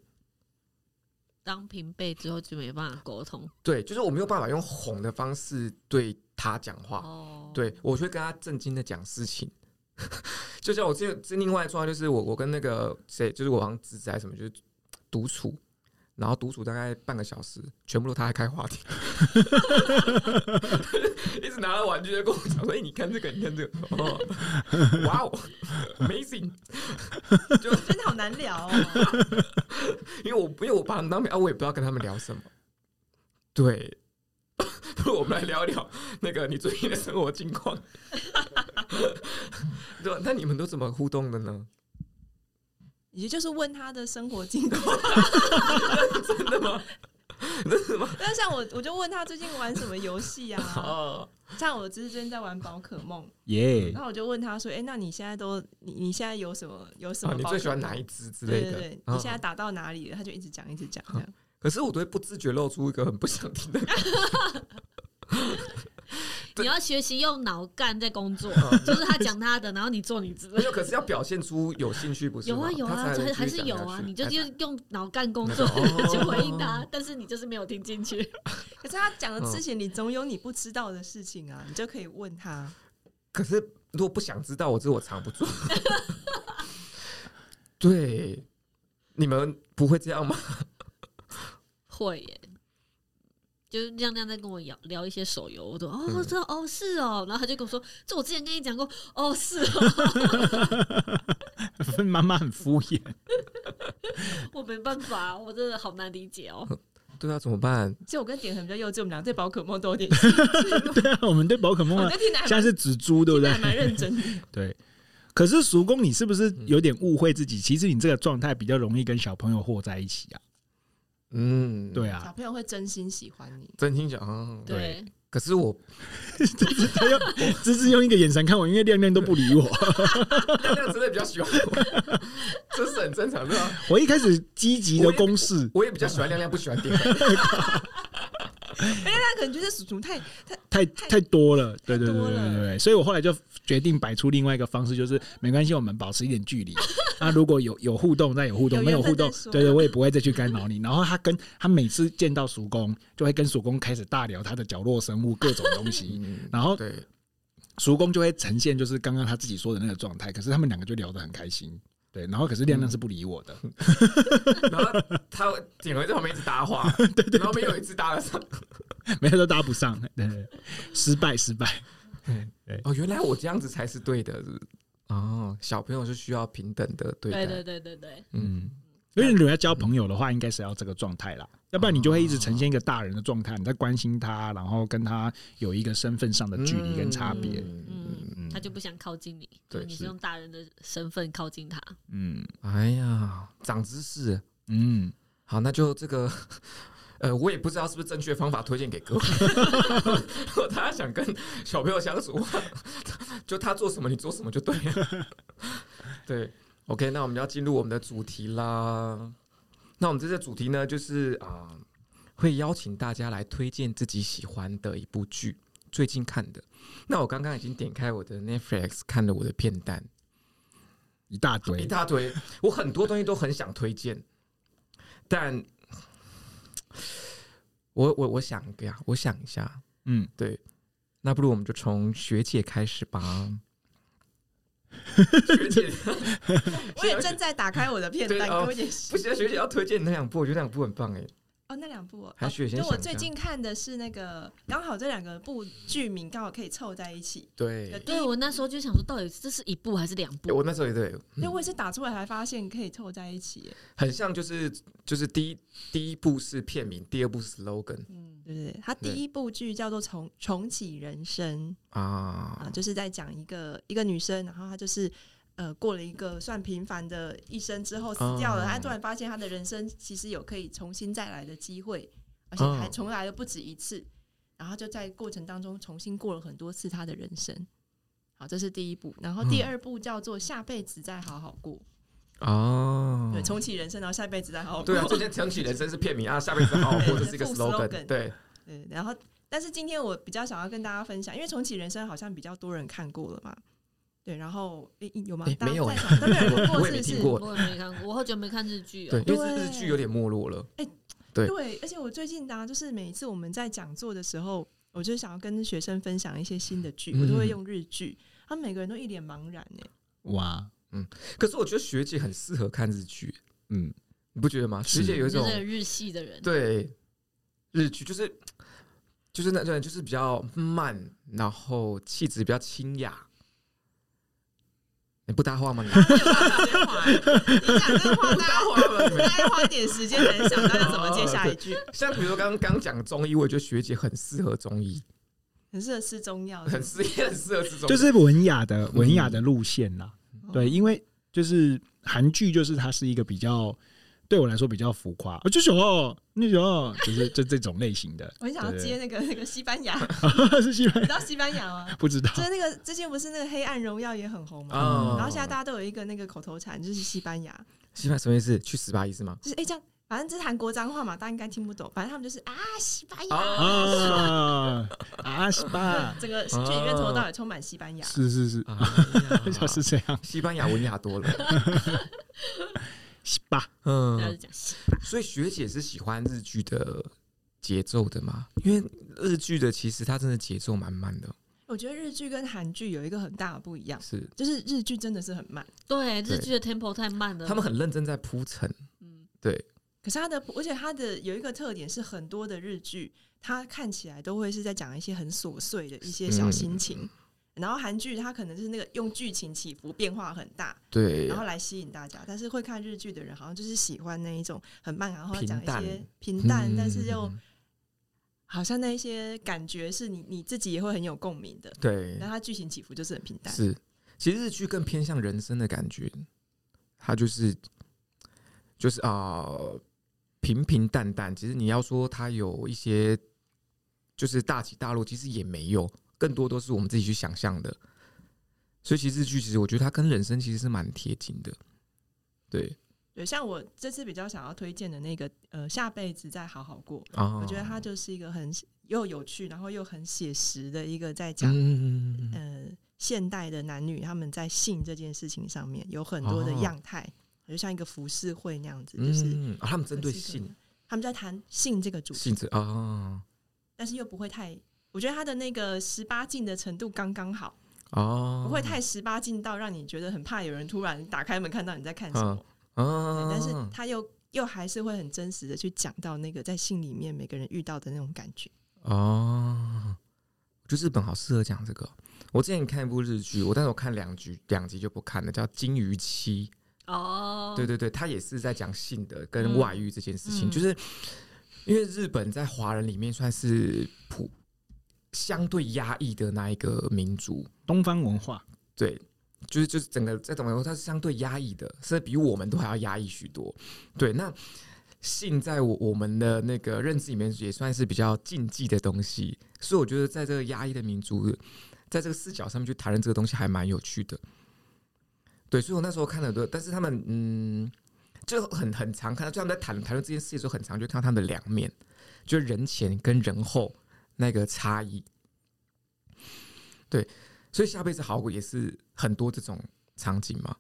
Speaker 3: 当平辈之后就没办法沟通
Speaker 1: 对，就是我没有办法用哄的方式对他讲话，
Speaker 3: 哦。，
Speaker 1: 对我会跟他正经的讲事情。 [LAUGHS] 就像我这这另外一状态，就是我我跟那个谁，就是我好像侄子还是什么，就是独处，然后独处大概半个小时，全部都他在开话题， [LAUGHS] 一直拿着玩具在跟我讲说：“哎、你看这个，你看这个，哦，哇哦，amazing！”
Speaker 4: 真的好难聊哦，
Speaker 1: 因为我因为我把他们当朋友，啊我也不知道跟他们聊什么。对， [LAUGHS] 不如我们来聊聊那个你最近的生活近况。 [LAUGHS] 对，啊那你们都怎么互动的
Speaker 3: [LAUGHS]
Speaker 1: 呢？
Speaker 4: 也就是问他的生活经过，
Speaker 1: 真的吗？
Speaker 4: 但像我，我就问他最近玩什么游戏啊？
Speaker 1: [LAUGHS] 哦，嗯
Speaker 4: 像我侄子最近在玩宝可梦，
Speaker 2: 耶
Speaker 4: 然，后我就问他说：“哎、那你现在都你你现在有什么有什
Speaker 1: 啊
Speaker 4: 么、
Speaker 1: 你最喜欢哪一？”只之类
Speaker 4: 对
Speaker 1: 的？嗯
Speaker 4: 对对，
Speaker 1: 啊
Speaker 4: 你现在打到哪里了？他就一直讲，一直讲这样。
Speaker 1: 可是我都会不自觉露出一个很不想听的，
Speaker 3: 你要学习用脑干在工作，
Speaker 1: 哦
Speaker 3: 就是他讲他的，然后你做你自己
Speaker 1: 没。有，可是要表现出有兴趣，不是
Speaker 3: 有
Speaker 1: 吗？
Speaker 3: 啊有啊，
Speaker 1: 他才能继续
Speaker 3: 还还是
Speaker 1: 讲
Speaker 3: 有
Speaker 1: 下
Speaker 3: 啊，
Speaker 1: 去
Speaker 3: 你就
Speaker 1: 哎
Speaker 3: 就用脑干工作
Speaker 1: 哦
Speaker 3: [LAUGHS] 去回应他，但是你就是没有听
Speaker 1: [LAUGHS]
Speaker 3: 进去。
Speaker 4: 可是他讲的之前，你总有你不知道的事情啊，你就可以问他。
Speaker 1: 可是如果不想知道，我这我藏不
Speaker 3: [LAUGHS]
Speaker 1: 住。对，你们不会这样吗？
Speaker 3: 会耶， [LAUGHS] 就是亮亮在跟我聊聊一些手游，我都哦
Speaker 1: 嗯
Speaker 3: 这哦是哦，然后他就跟我说，这我之前跟你讲过，哦是哦， [LAUGHS]
Speaker 2: 妈妈很敷衍，
Speaker 3: 我没办法，啊我真的好难理解哦。
Speaker 1: 对啊，怎么办？
Speaker 4: 其实我跟点恒比较幼稚，我们俩对宝可梦都有点，
Speaker 2: 对啊， [LAUGHS] 我们对宝可梦
Speaker 4: 我
Speaker 2: 啊，
Speaker 4: 在听的
Speaker 2: [LAUGHS]
Speaker 4: 还
Speaker 2: 现在
Speaker 4: 蛮
Speaker 2: 是紫珠，对不对
Speaker 4: 还？蛮
Speaker 1: [LAUGHS]
Speaker 4: 认真的。
Speaker 2: 对。可是叔公，你是不是有点误会自己？其实你这个状态比较容易跟小朋友和在一起啊。
Speaker 1: 嗯，
Speaker 2: 对
Speaker 4: 小
Speaker 2: 啊， [LAUGHS]
Speaker 4: 朋友会真心喜欢你，
Speaker 1: 真心讲、啊。
Speaker 3: 对，
Speaker 1: 可是我
Speaker 2: 他用只是用一个眼神看我，因为亮亮都不理 [LAUGHS] 我。
Speaker 1: 亮亮真的比较喜欢我，
Speaker 2: [LAUGHS]
Speaker 1: 这是很正常的、啊。
Speaker 2: 我一开始积极的攻势，
Speaker 1: 我也比较喜欢亮亮，不喜欢点。
Speaker 4: 而且哎他可能觉得叔叔太
Speaker 2: 太太多了，对对
Speaker 4: 太
Speaker 2: 对
Speaker 4: 多
Speaker 2: 对对
Speaker 4: 了
Speaker 2: 对，所以我后来就决定摆出另外一个方式，就是没关系，我们保持一点距
Speaker 4: [LAUGHS]
Speaker 2: 离。那如果有有互动，再有互动；
Speaker 4: 有
Speaker 2: 没有
Speaker 4: 缘分
Speaker 2: 互动
Speaker 4: 再，说
Speaker 2: 对对，我也不会再去干扰你。然后他跟他每次见到叔公，就会跟叔公开始大聊他的角落生物各种东西，
Speaker 4: [LAUGHS]
Speaker 1: 嗯
Speaker 2: 然后
Speaker 1: 对，
Speaker 2: 叔公就会呈现就是刚刚他自己说的那个状态。可是他们两个就聊得很开心，对。然后可是亮亮是不理我
Speaker 4: [LAUGHS]
Speaker 2: 的，
Speaker 1: 然后他点儿在旁边一直搭
Speaker 2: [LAUGHS]
Speaker 1: 话，然后没有一次搭得上。
Speaker 2: 每次都搭不上，对对，对失败失败。
Speaker 1: 哦，原来我这样子才是对的，是不是哦，小朋友是需要平等的对待。
Speaker 3: 对对对对对，
Speaker 1: 嗯，
Speaker 2: 因为你如果要交朋友的话，应该是要这个状态啦，要不然你就会一直呈现一个大人的状态，你在关心他，然后跟他有一个身份上的距离跟差别。
Speaker 1: 嗯
Speaker 3: 嗯，
Speaker 2: 嗯
Speaker 3: 他就不想靠近你，
Speaker 1: 对
Speaker 3: 你是
Speaker 1: 是
Speaker 3: 用大人的身份靠近他。
Speaker 2: 嗯
Speaker 1: 哎呀，长知识了。
Speaker 2: 嗯，
Speaker 1: 好，那就这个，呃，我也不知道是不是正确方法推荐给各位。 [LAUGHS] 如果大家想跟小朋友相处， [LAUGHS] 就他做什么你做什么就对了。 [LAUGHS] 对，OK，那我们要进入我们的主题啦。那我们这次的主题呢，就是啊、会邀请大家来推荐自己喜欢的一部剧，最近看的。那我刚刚已经点开我的 Netflix 看了我的片单，
Speaker 2: 一大
Speaker 1: 一
Speaker 2: 堆。
Speaker 1: 大堆，我很多东西都很想推荐，但我我我想一下，我想一下，
Speaker 2: 嗯，
Speaker 1: 对，那不如我们就从学姐开始吧。学姐，
Speaker 4: 我也正在打开我的片
Speaker 1: 对
Speaker 4: 段，
Speaker 1: 哦
Speaker 4: 给我一点
Speaker 1: 不行，学姐要推荐那两部，我觉得那两部很棒哎。
Speaker 4: 哦，那两部哦，
Speaker 1: 还
Speaker 4: 哦
Speaker 1: 是有些
Speaker 4: 就我
Speaker 1: 想
Speaker 4: 最
Speaker 1: 象
Speaker 4: 近看的是那个，刚好这两个部剧名刚好可以凑在一起。
Speaker 1: 对，
Speaker 4: 第一
Speaker 3: 对我那时候就想说，到底这是一部还是两部？
Speaker 1: 我那时候也对，
Speaker 4: 因为我也是打出来才发现可以凑在一起耶，
Speaker 1: 很像就是就是第一第一部是片名，第二部是 slogan
Speaker 3: 嗯，
Speaker 4: 对不对？它第
Speaker 1: 对
Speaker 4: 一部剧叫做《重重启人生》啊，
Speaker 1: 啊，
Speaker 4: 就是在讲一个一个女生，然后她就是呃过了一个算平凡的一生之后死掉了，
Speaker 1: 哦
Speaker 4: 她突然发现她的人生其实有可以重新再来的机会，而且还
Speaker 1: 哦
Speaker 4: 重来了不止一次，然后就在过程当中重新过了很多次她的人生。好，这是第一部，然后第
Speaker 1: 嗯
Speaker 4: 二部叫做《下辈子再好好过》，
Speaker 1: 哦，
Speaker 4: 啊对，重启人生，然后下辈子再好好过。 [LAUGHS]
Speaker 1: 对啊，最近重启人生是片名啊，下辈子好好过，这是一个
Speaker 4: 副
Speaker 1: slogan，
Speaker 4: slogan
Speaker 1: 对，
Speaker 4: 对，然后但是今天我比较想要跟大家分享，因为重启人生好像比较多人看过了嘛。对，然后诶、有吗
Speaker 1: 诶？
Speaker 4: 大家
Speaker 1: 没有
Speaker 4: 在
Speaker 1: 诶
Speaker 4: 场都没有人
Speaker 1: 我
Speaker 4: 看过，
Speaker 1: 我也
Speaker 4: 是
Speaker 1: 没
Speaker 4: 不
Speaker 1: 听
Speaker 4: 是？
Speaker 1: 过
Speaker 3: 我也没看过，我好久没看日剧
Speaker 1: 对
Speaker 3: 哦，。
Speaker 1: 啊因为日剧有点没落了。对
Speaker 4: 对，而且我最近呢、就是每一次我们在讲座的时候，我就想要跟学生分享一些新的剧，我都会
Speaker 1: 嗯
Speaker 4: 用日剧，他们每个人都一脸茫然
Speaker 1: [LAUGHS]
Speaker 4: 哎、
Speaker 2: 哇，
Speaker 1: 可是我觉得学姐很适合看日剧，
Speaker 2: 嗯，
Speaker 1: 你不觉得吗？
Speaker 2: 是
Speaker 1: 学姐有一
Speaker 3: 就是
Speaker 1: 种
Speaker 3: 那个日系的人，
Speaker 1: 对日剧，就是就是那种就是比较慢，然后气质比较清雅。你不搭话吗？你 [LAUGHS]
Speaker 4: 你讲这个话，大
Speaker 1: 搭
Speaker 4: 家
Speaker 1: 话吗？
Speaker 4: 大家花一点时间来想，大家怎么接下
Speaker 1: [LAUGHS]
Speaker 4: 一句，
Speaker 1: 像比如说刚刚刚讲中医，我也觉得学姐很适合中医，
Speaker 4: 很适合吃中药，
Speaker 1: 很适也很适合这种，
Speaker 2: 就是文雅的
Speaker 1: 嗯
Speaker 2: 文雅的路线啦。
Speaker 4: 哦
Speaker 2: 对，因为就是韩剧，就是它是一个比较对我来说比较浮夸，我就想哦，那时候就是就这种类型的
Speaker 4: [LAUGHS] ，我很想要接那个那个西班牙，你
Speaker 2: [LAUGHS] 是西班牙，
Speaker 4: 知道西班牙吗？
Speaker 2: 不知道
Speaker 4: 就是那个之前不是那个《黑暗荣耀》也很红嘛，
Speaker 1: 啊
Speaker 4: 然后现在大家都有一个那个口头禅，就是西班牙，
Speaker 1: 西班牙什么意思？去死吧，意思
Speaker 4: [LAUGHS]
Speaker 1: 吗？
Speaker 4: 就是哎、这样，反正这是韩国脏话嘛，大家应该听不懂，反正他们就是啊西班牙，
Speaker 2: [LAUGHS]
Speaker 1: 啊
Speaker 2: 啊啊西班
Speaker 4: 整个剧里面从头到尾充满西班牙
Speaker 2: 牙，。是是是，
Speaker 1: 啊
Speaker 2: [LAUGHS] 就是这样，
Speaker 1: 西班牙文雅多了。
Speaker 2: 西巴
Speaker 3: 大家
Speaker 1: 嗯
Speaker 3: 就，讲
Speaker 1: 所以学姐是喜欢日剧的节奏的嘛？因为日剧的其实它真的节奏蛮慢的，
Speaker 4: 我觉得日剧跟韩剧有一个很大的不一样，
Speaker 1: 是
Speaker 4: 就是日剧真的是很慢，
Speaker 3: 对
Speaker 1: 对
Speaker 3: 日剧的 tempo 太慢
Speaker 4: 嗯
Speaker 3: 了，
Speaker 1: 他们很认真在铺陈。
Speaker 3: 嗯
Speaker 1: 对，
Speaker 4: 可是它的，而且它的有一个特点是，很多的日剧它看起来都会是在讲一些很琐碎的一些
Speaker 1: 嗯
Speaker 4: 小心情，然后韩剧它可能就是那个用剧情起伏变化很大，
Speaker 1: 对
Speaker 4: 然，后来吸引大家。但是会看日剧的人好像就是喜欢那一种很慢，然后
Speaker 1: 平
Speaker 4: 讲一
Speaker 1: 淡
Speaker 4: 些平淡，但是又
Speaker 1: 嗯
Speaker 4: 好像那一些感觉是你你自己也会很有共鸣的。
Speaker 1: 对
Speaker 4: 然后它剧情起伏就是很平淡，
Speaker 1: 是，其实日剧更偏向人生的感觉，它就是就是啊、呃平平淡淡。其实你要说它有一些就是大起大落，其实也没有，更多都是我们自己去想象的。所以其实日剧其实我觉得它跟人生其实是蛮贴近的，对
Speaker 4: 对，像我这次比较想要推荐的那个，呃，下辈子再好好过，
Speaker 1: 啊，
Speaker 4: 我觉得它就是一个很又有趣，然后又很写实的一个在讲、
Speaker 1: 嗯
Speaker 4: 呃现代的男女他们在性这件事情上面有很多的
Speaker 1: 哦
Speaker 4: 样态，就像一个浮世绘那样子，就是、
Speaker 1: 嗯，啊他们针对
Speaker 4: 很适合
Speaker 1: 性
Speaker 4: 的他们在谈性这个主题
Speaker 1: 性，质啊
Speaker 4: 但是又不会太。我觉得他的那个十八禁的程度刚刚好，
Speaker 1: 啊，
Speaker 4: 不会太十八禁到让你觉得很怕有人突然打开门看到你在看什么，对
Speaker 1: 啊，
Speaker 4: 但是他又又还是会很真实的去讲到那个在性里面每个人遇到的那种感觉。
Speaker 1: 哦，我觉得日本好适合讲这个哦。我之前看一部日剧，我但是我看两集，两集就不看了，叫《金鱼妻》。
Speaker 3: 哦，
Speaker 1: 对对对，它也是在讲性的跟
Speaker 3: 嗯
Speaker 1: 外遇这件事情，
Speaker 3: 嗯
Speaker 1: 就是因为日本在华人里面算是普相对压抑的那一个民族，
Speaker 2: 东方文化，
Speaker 1: 对，就是就是整个在怎么说，它是相对压抑的，甚至比我们都还要压抑许多。对，那性在我我们的那个认知里面也算是比较禁忌的东西，所以我觉得在这个压抑的民族，在这个视角上面去谈论这个东西还蛮有趣的。对，所以我那时候看了很多，但是他们嗯，就很很常看到，就他们在谈谈论这件事的时候，很常就看到他们的两面，就是人前跟人后那个差异。所以下辈子好过也是很多这种场景嘛。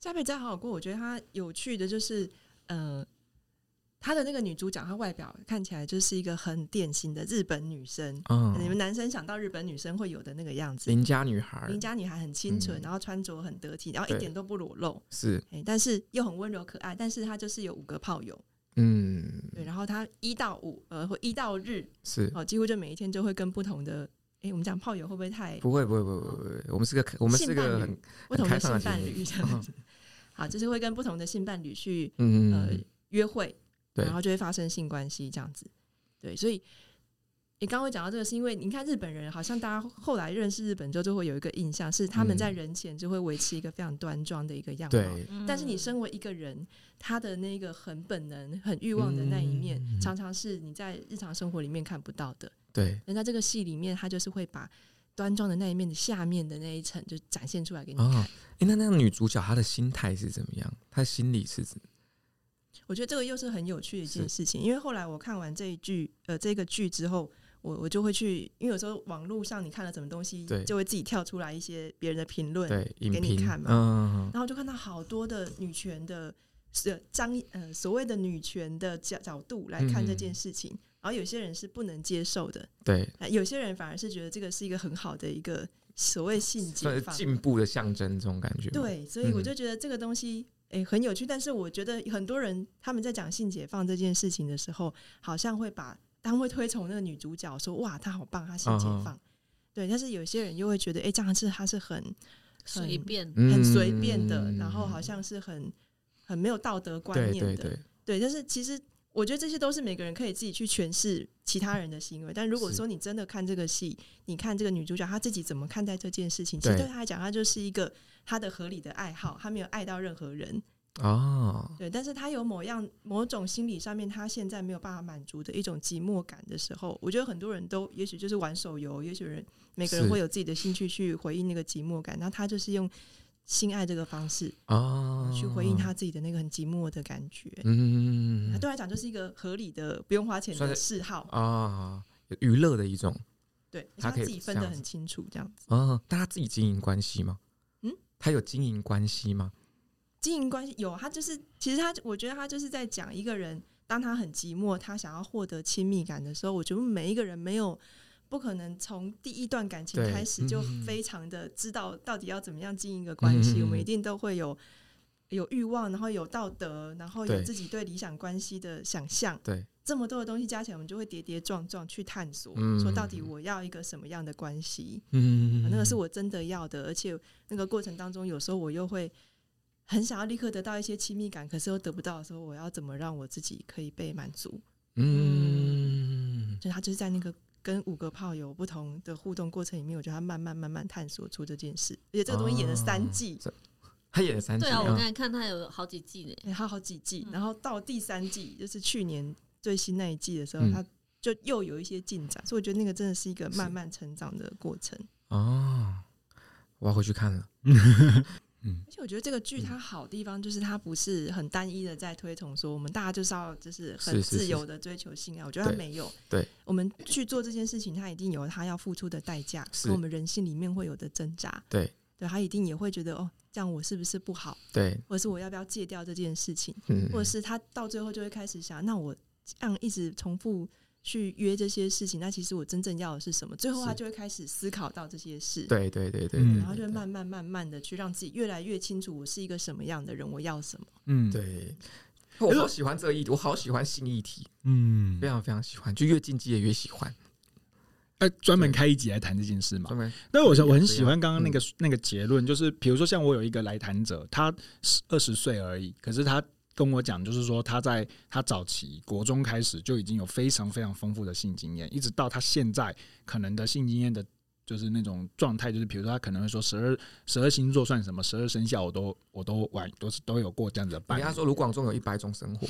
Speaker 4: 下辈子再好好过，我觉得她有趣的就是，呃，她的那个女主角，她外表看起来就是一个很典型的日本女生。你
Speaker 1: 嗯，
Speaker 4: 们男生想到日本女生会有的那个样子，
Speaker 1: 邻家女孩
Speaker 4: 邻家女孩很清纯，
Speaker 1: 嗯
Speaker 4: 然后穿着很得体，然后
Speaker 1: 对
Speaker 4: 一点都不裸露，
Speaker 1: 是，
Speaker 4: 哎、但是又很温柔可爱。但是她就是有五个炮友，
Speaker 1: 嗯，
Speaker 4: 对，然后她一到五，呃，或一到日，
Speaker 1: 是，
Speaker 4: 哦，几乎就每一天就会跟不同的，哎、我们讲炮友会不会太
Speaker 1: 不会，不会，不会，不会不会，我们是个，我们是
Speaker 4: 性伴
Speaker 1: 个
Speaker 4: 侣
Speaker 1: 很，
Speaker 4: 不同
Speaker 1: 开
Speaker 4: 的
Speaker 1: 放
Speaker 4: 性
Speaker 1: 的
Speaker 4: 伴
Speaker 1: 情侣
Speaker 4: 侣这样子？好，就是会跟不同的性伴侣去呃
Speaker 1: 嗯，
Speaker 4: 约会，
Speaker 1: 对
Speaker 4: 然后就会发生性关系这样子。对，所以你刚刚会讲到这个，是因为你看日本人好像大家后来认识日本之后，就会有一个印象是他们在
Speaker 1: 嗯
Speaker 4: 人前就会维持一个非常端庄的一个样貌。
Speaker 1: 对，
Speaker 3: 嗯
Speaker 4: 但是你身为一个人，他的那个很本能、很欲望的那一面，
Speaker 1: 嗯
Speaker 4: 常常是你在日常生活里面看不到的。
Speaker 1: 对，
Speaker 4: 那在这个戏里面，他就是会把端庄的那一面的下面的那一层就展现出来给你看。
Speaker 1: 哦，诶那那个女主角她的心态是怎么样？她心理是怎？
Speaker 4: 我觉得这个又是很有趣的一件事情，因为后来我看完这一剧，呃，这个剧之后，我我就会去，因为有时候网络上你看了什么东西
Speaker 1: 对，
Speaker 4: 就会自己跳出来一些别人的评论，
Speaker 1: 对，影
Speaker 4: 给你
Speaker 1: 评
Speaker 4: 看，嘛
Speaker 1: 嗯，
Speaker 4: 然后就看到好多的女权的，呃，张呃所谓的女权的角角度来看这件事情，然后有些人是不能接受的，
Speaker 1: 对，
Speaker 4: 呃有些人反而是觉得这个是一个很好的一个所谓性
Speaker 1: 算是
Speaker 4: 解放，
Speaker 1: 进步的象征，这种感觉。，
Speaker 4: 对，所以
Speaker 1: 嗯
Speaker 4: 我就觉得这个东西诶、很有趣，但是我觉得很多人他们在讲性解放这件事情的时候，好像会把他们会推崇那个女主角说哇她好棒，她性解
Speaker 1: 嗯嗯
Speaker 4: 放，对，但是有些人又会觉得诶、这样是她是很
Speaker 3: 随便
Speaker 4: 很随便的，
Speaker 1: 嗯
Speaker 4: 然后好像是很很没有道德观
Speaker 1: 对
Speaker 4: 念的，
Speaker 1: 对对，
Speaker 4: 对，但是其实我觉得这些都是每个人可以自己去诠释其他人的行为。但如果
Speaker 1: 是
Speaker 4: 说你真的看这个戏，你看这个女主角她自己怎么看待这件事情，其实
Speaker 1: 对
Speaker 4: 对她来讲，她就是一个她的合理的爱好，她没有爱到任何人。
Speaker 1: 啊，
Speaker 4: 对，但是他有某样某种心理上面，他现在没有办法满足的一种寂寞感的时候，我觉得很多人都也许就是玩手游，也许人每个人
Speaker 1: 是
Speaker 4: 会有自己的兴趣去回应那个寂寞感，那他就是用性爱这个方式
Speaker 1: 啊，
Speaker 4: 去回应他自己的那个很寂寞的感觉。
Speaker 1: 嗯，
Speaker 4: 那
Speaker 1: 嗯
Speaker 4: 对他来讲就是一个合理的不用花钱
Speaker 1: 算
Speaker 4: 的
Speaker 1: 是
Speaker 4: 嗜好，
Speaker 1: 啊，娱乐的一种
Speaker 4: 对，
Speaker 1: 他
Speaker 4: 他
Speaker 1: 可以
Speaker 4: 自己分
Speaker 1: 这
Speaker 4: 得
Speaker 1: 样子
Speaker 4: 很清楚，这样子
Speaker 1: 啊，但他自己经营关系吗？
Speaker 4: 嗯，
Speaker 1: 他有经营关系吗？
Speaker 4: 经营关系有他就是其实他我觉得他就是在讲一个人，当他很寂寞，他想要获得亲密感的时候，我觉得每一个人没有。不可能从第一段感情
Speaker 1: 对
Speaker 4: 开始就
Speaker 1: 嗯
Speaker 4: 非常的知道到底要怎么样经营一个关
Speaker 1: 嗯
Speaker 4: 系，
Speaker 1: 嗯嗯
Speaker 4: 我们一定都会有有欲望，然后有道德，然后有
Speaker 1: 对
Speaker 4: 自己对理想关系的想象，
Speaker 1: 对，
Speaker 4: 这么多的东西加起来，我们就会跌跌撞撞去探索，
Speaker 1: 嗯
Speaker 4: 说到底我要一个什么样的关系？
Speaker 1: 嗯
Speaker 4: 啊那个是我真的要的，而且那个过程当中，有时候我又会很想要立刻得到一些亲密感，可是又得不到的时候，我要怎么让我自己可以被满足？
Speaker 1: 嗯，
Speaker 4: 就他就是在那个跟五个炮友不同的互动过程里面，我觉得他慢慢慢慢探索出这件事，而且这个东西演了
Speaker 1: 哦
Speaker 4: 三季，
Speaker 1: 他演了三集嗯
Speaker 3: 对啊，我刚才看他有好几季呢。
Speaker 4: 哎他好几季，
Speaker 3: 嗯
Speaker 4: 然后到第三季就是去年最新那一季的时候，
Speaker 1: 嗯
Speaker 4: 他就又有一些进展，所以我觉得那个真的是一个慢慢成长的过程。
Speaker 1: 哦，我要回去看了。
Speaker 4: 而且我觉得这个
Speaker 1: 嗯
Speaker 4: 剧它好地方就是它不是很单一的在推崇说我们大家就是要就是很
Speaker 1: 是是是
Speaker 4: 自由的追求性爱，我觉得它没有。
Speaker 1: 对对
Speaker 4: 我们去做这件事情，它一定有它要付出的代价，
Speaker 1: 是
Speaker 4: 跟我们人性里面会有的挣扎。
Speaker 1: 对
Speaker 4: 对，他一定也会觉得哦，这样我是不是不好，
Speaker 1: 对，
Speaker 4: 或者是我要不要戒掉这件事情，
Speaker 1: 嗯，
Speaker 4: 或者是他到最后就会开始想，那我这样一直重复。去约这些事情，那其实我真正要的是什么？最后他
Speaker 1: 是
Speaker 4: 就会开始思考到这些事。
Speaker 1: 对对对对，
Speaker 2: 嗯
Speaker 1: 对
Speaker 4: 然后就
Speaker 1: 对
Speaker 4: 会
Speaker 1: 对
Speaker 4: 慢慢慢慢的去让自己越来越清楚我是一个什么样的人，我要什么。
Speaker 2: 嗯，，
Speaker 1: 对。我好喜欢这个议题，我好喜欢新议题，
Speaker 2: 嗯
Speaker 1: 非，常非常喜欢，就越禁忌也越喜欢。
Speaker 2: 哎，专门开一集来谈这件事嘛
Speaker 1: 专。门
Speaker 2: 但我说我很喜欢刚刚那个那个结论，就是比如说像我有一个来谈者，他二十岁而已，可是他跟我讲，就是说他在他早期国中开始就已经有非常非常丰富的性经验，一直到他现在可能的性经验的。就是那种状态，就是比如说他可能会说十二十二星座算什么，十二生肖我都我都玩都是都有过这样子的
Speaker 1: 人
Speaker 2: 伴侣
Speaker 1: 家，说卢广仲有一百种生活，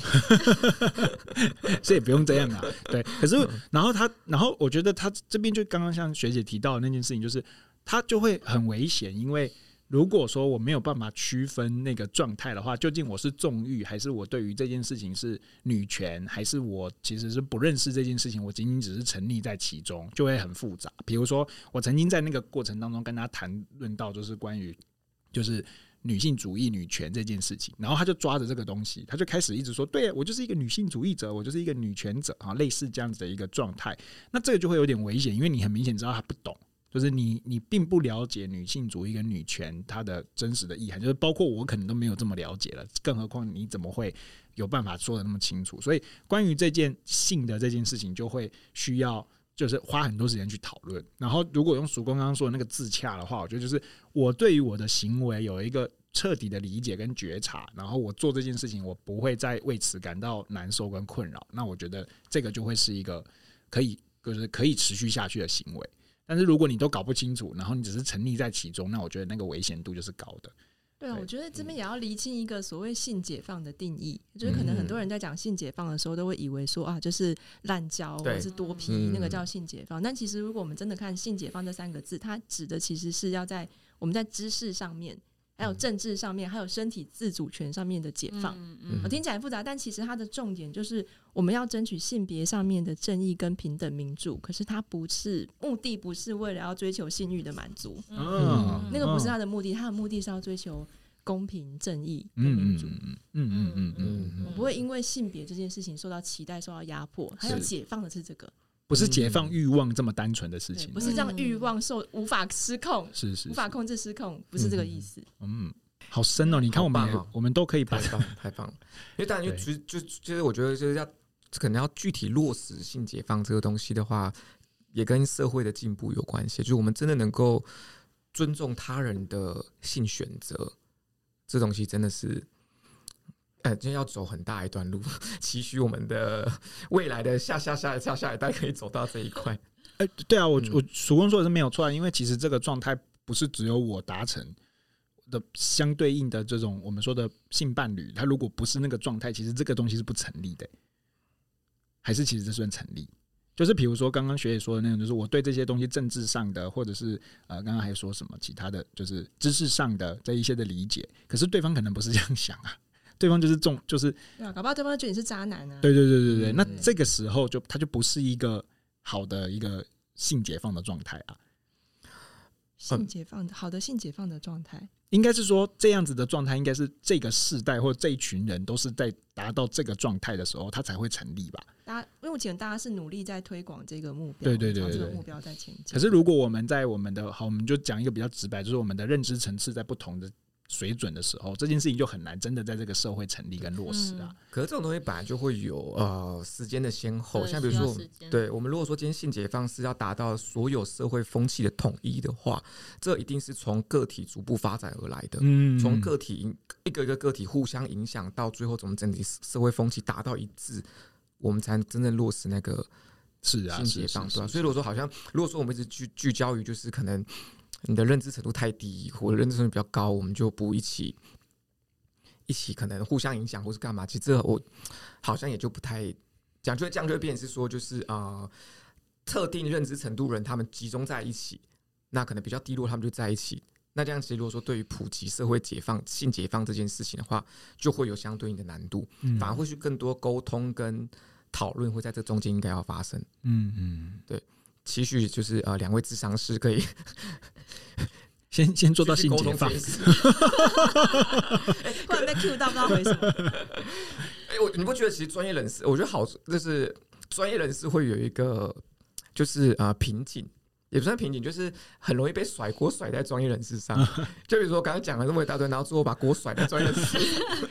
Speaker 2: 所以不用这样啊。对，可是然后他，然后我觉得他这边就刚刚像学姐提到的那件事情，就是他就会很危险，因为如果说我没有办法区分那个状态的话，究竟我是纵欲，还是我对于这件事情是女权，还是我其实是不认识这件事情，我仅仅只是沉溺在其中，就会很复杂。比如说，我曾经在那个过程当中跟他谈论到，就是关于就是。女性主义、女权这件事情，然后他就抓着这个东西，他就开始一直说：“对我就是一个女性主义者，我就是一个女权者啊，类似这样子的一个状态。”那这个就会有点危险，因为你很明显知道他不懂，就是你你并不了解女性主义跟女权它的真实的意涵，就是包括我可能都没有这么了解了，更何况你怎么会有办法说的那么清楚？所以关于这件性的这件事情，就会需要。就是花很多时间去讨论，然后如果用曙光刚刚说的那个自洽的话，我觉得就是我对于我的行为有一个彻底的理解跟觉察，然后我做这件事情，我不会再为此感到难受跟困扰。那我觉得这个就会是一个可以就是可以持续下去的行为。但是如果你都搞不清楚，然后你只是沉溺在其中，那我觉得那个危险度就是高的。
Speaker 4: 对啊，
Speaker 2: 对
Speaker 4: 我觉得这边也要厘清一个所谓性解放的定义，
Speaker 1: 嗯
Speaker 4: 就是可能很多人在讲性解放的时候，都会以为说啊，就是滥交或
Speaker 1: 对
Speaker 4: 者是多批
Speaker 1: 嗯，
Speaker 4: 那个叫性解放。但其实如果我们真的看“性解放”这三个字，它指的其实是要在我们在知识上面、
Speaker 1: 嗯
Speaker 4: 还有政治上面、还有身体自主权上面的解放。
Speaker 3: 嗯嗯
Speaker 4: 我听起来很复杂，但其实它的重点就是我们要争取性别上面的正义跟平等民主。可是它不是目的，不是为了要追求性欲的满足，
Speaker 2: 嗯
Speaker 4: 那个不是它的目的，它的目的是要追求公平正义跟民
Speaker 2: 嗯
Speaker 4: 主。
Speaker 2: 嗯嗯嗯嗯嗯，
Speaker 1: 嗯
Speaker 4: 我不会因为性别这件事情受到期待、受到压迫，它要
Speaker 2: 是
Speaker 4: 解放的是这个，
Speaker 2: 不是解放欲望这么单纯的事
Speaker 4: 对
Speaker 2: 情，
Speaker 4: 不是让欲望受无法失控、
Speaker 2: 是是
Speaker 4: 无
Speaker 2: 是
Speaker 4: 法控制失控，不是这个意思。
Speaker 2: 嗯，好深哦！你看我们
Speaker 1: 好
Speaker 2: 也
Speaker 1: 棒哦
Speaker 2: 我们都可以把
Speaker 1: 太棒了太棒了。因为当然就
Speaker 2: 对
Speaker 1: 其实就就是我觉得就是要可能要具体落实性解放这个东西的话，也跟社会的进步有关系，就是我们真的能够尊重他人的性选择，这东西真的是。呃，今天要走很大一段路，期许我们的未来的下下下下下一代可以走到这一块。
Speaker 2: 哎、对啊，我
Speaker 1: 嗯
Speaker 2: 我曙光说的是没有错啊，因为其实这个状态不是只有我达成，的相对应的这种我们说的性伴侣，他如果不是那个状态，其实这个东西是不成立的、还是其实这算成立？就是比如说刚刚学姐说的那种，就是我对这些东西政治上的，或者是呃刚刚还说什么其他的，就是知识上的这一些的理解，可是对方可能不是这样想啊，对方就是重就是
Speaker 4: 对啊，搞不好对方觉得你是渣男啊。
Speaker 2: 对对对对对，
Speaker 1: 嗯
Speaker 2: 那这个时候就它就不是一个好的一个性解放的状态啊，
Speaker 4: 性解放的好的性解放的状态，
Speaker 2: 应该是说这样子的状态，应该是这个世代或这一群人都是在达到这个状态的时候，它才会成立吧。
Speaker 4: 大家目前大家是努力在推广这个目标，
Speaker 2: 对对对
Speaker 4: 朝这
Speaker 2: 对
Speaker 4: 个
Speaker 2: 对
Speaker 4: 目标在前进。
Speaker 2: 可是如果我们在我们的好，我们就讲一个比较直白，就是我们的认知层次在不同的水准的时候，这件事情就很难真的在这个社会成立跟落实啊。
Speaker 1: 可是这种东西本来就会有呃时间的先后，
Speaker 3: 对
Speaker 1: 像比如
Speaker 3: 需要
Speaker 1: 说我
Speaker 3: 时
Speaker 1: 们
Speaker 3: 间
Speaker 1: 对我们如果说今天性解放是要达到所有社会风气的统一的话，这一定是从个体逐步发展而来的。
Speaker 2: 嗯
Speaker 1: 从个体影一个一个个体互相影响，到最后怎么整体社会风气达到一致，我们才能真正落实那个
Speaker 2: 是啊，
Speaker 1: 性
Speaker 2: 是
Speaker 1: 解
Speaker 2: 是
Speaker 1: 放，对吧、
Speaker 2: 是
Speaker 1: 所以如果说好像，如果说我们一直聚聚焦于就是可能你的认知程度太低，或者认知程度比较高，我们就不一起一起可能互相影响或是干嘛，其实这我好像也就不太讲，就会这样就会变成是说就是呃，特定认知程度人他们集中在一起，那可能比较低落他们就在一起。那这样其实如果说对于普及社会解放、性解放这件事情的话，就会有相对应的难度，
Speaker 2: 嗯
Speaker 1: 反而会去更多沟通跟讨论会在这中间应该要发生。
Speaker 2: 嗯嗯，
Speaker 1: 期许就是呃，两位智商是可以
Speaker 2: 先先 [LAUGHS] 做到性
Speaker 1: 继续
Speaker 2: 解
Speaker 1: 沟通
Speaker 2: 放
Speaker 1: 这，件
Speaker 2: [LAUGHS]
Speaker 1: 事
Speaker 4: [LAUGHS] 不然被 Q 到不知道回
Speaker 2: [LAUGHS]
Speaker 4: 什么。
Speaker 1: 哎、我你不觉得其实专业人士，我觉得好就是专业人士会有一个就是呃瓶颈。也不算瓶颈，就是很容易被甩锅甩在专业人
Speaker 2: [LAUGHS]
Speaker 1: 士上。就比如说刚刚讲了那么一大堆，然后最后把锅甩在专业人士
Speaker 2: [LAUGHS]
Speaker 1: 上，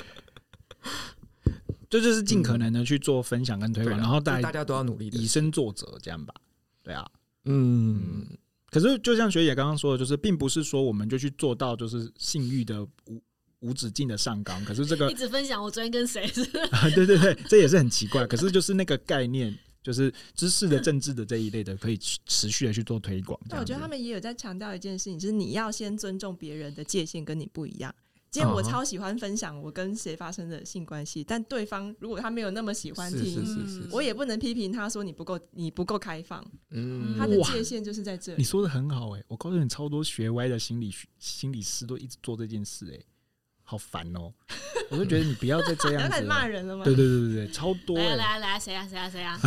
Speaker 2: 这就是尽可能的去做分享跟推
Speaker 1: 嗯对
Speaker 2: 广，
Speaker 1: 啦
Speaker 2: 然后
Speaker 1: 就
Speaker 2: 大
Speaker 1: 大
Speaker 2: 家
Speaker 1: 家都要努力的
Speaker 2: 以。身作则这样吧。对啊，
Speaker 1: 嗯，
Speaker 2: 可是就像学姐刚刚说的，就是并不是说我们就去做到就是性欲的无无止境的上纲，可是这
Speaker 4: [LAUGHS]
Speaker 2: 个
Speaker 3: 一直分享我昨天跟谁 [LAUGHS] 是
Speaker 2: 啊，对对对，这也是很奇怪。可是就是那个概念，就是知识的、政治的这一类的，可以持持续的去做推广。这
Speaker 4: 但
Speaker 2: 样
Speaker 4: 我
Speaker 2: 子
Speaker 4: 觉得他们也有在强调一件事情，就是你要先尊重别人的界限跟你不一样。今天我
Speaker 1: 啊
Speaker 2: 嗯
Speaker 1: 哈
Speaker 4: 超喜欢分享我跟谁发生的性关系，但对方如果他没有那么喜欢
Speaker 1: 是是
Speaker 4: 听，
Speaker 1: 是是，
Speaker 4: 我也不能批评他说你不够，你不够开放。
Speaker 1: 嗯，
Speaker 4: 他的
Speaker 2: 哇
Speaker 4: 界限就是在这
Speaker 2: 你
Speaker 4: 里。
Speaker 2: 说的很好哎、我告诉你，超多学歪的心理学心理师都一直做这件事哎、好烦哦、我就觉得你不要再这
Speaker 4: [LAUGHS]
Speaker 2: 样
Speaker 4: 然后开
Speaker 2: 子
Speaker 4: 始骂
Speaker 2: 了。
Speaker 4: 人了吗？
Speaker 2: 对对对对对，超多
Speaker 3: 来
Speaker 2: 哎、
Speaker 3: 啊来啊来啊，谁啊谁啊 [LAUGHS] 谁啊？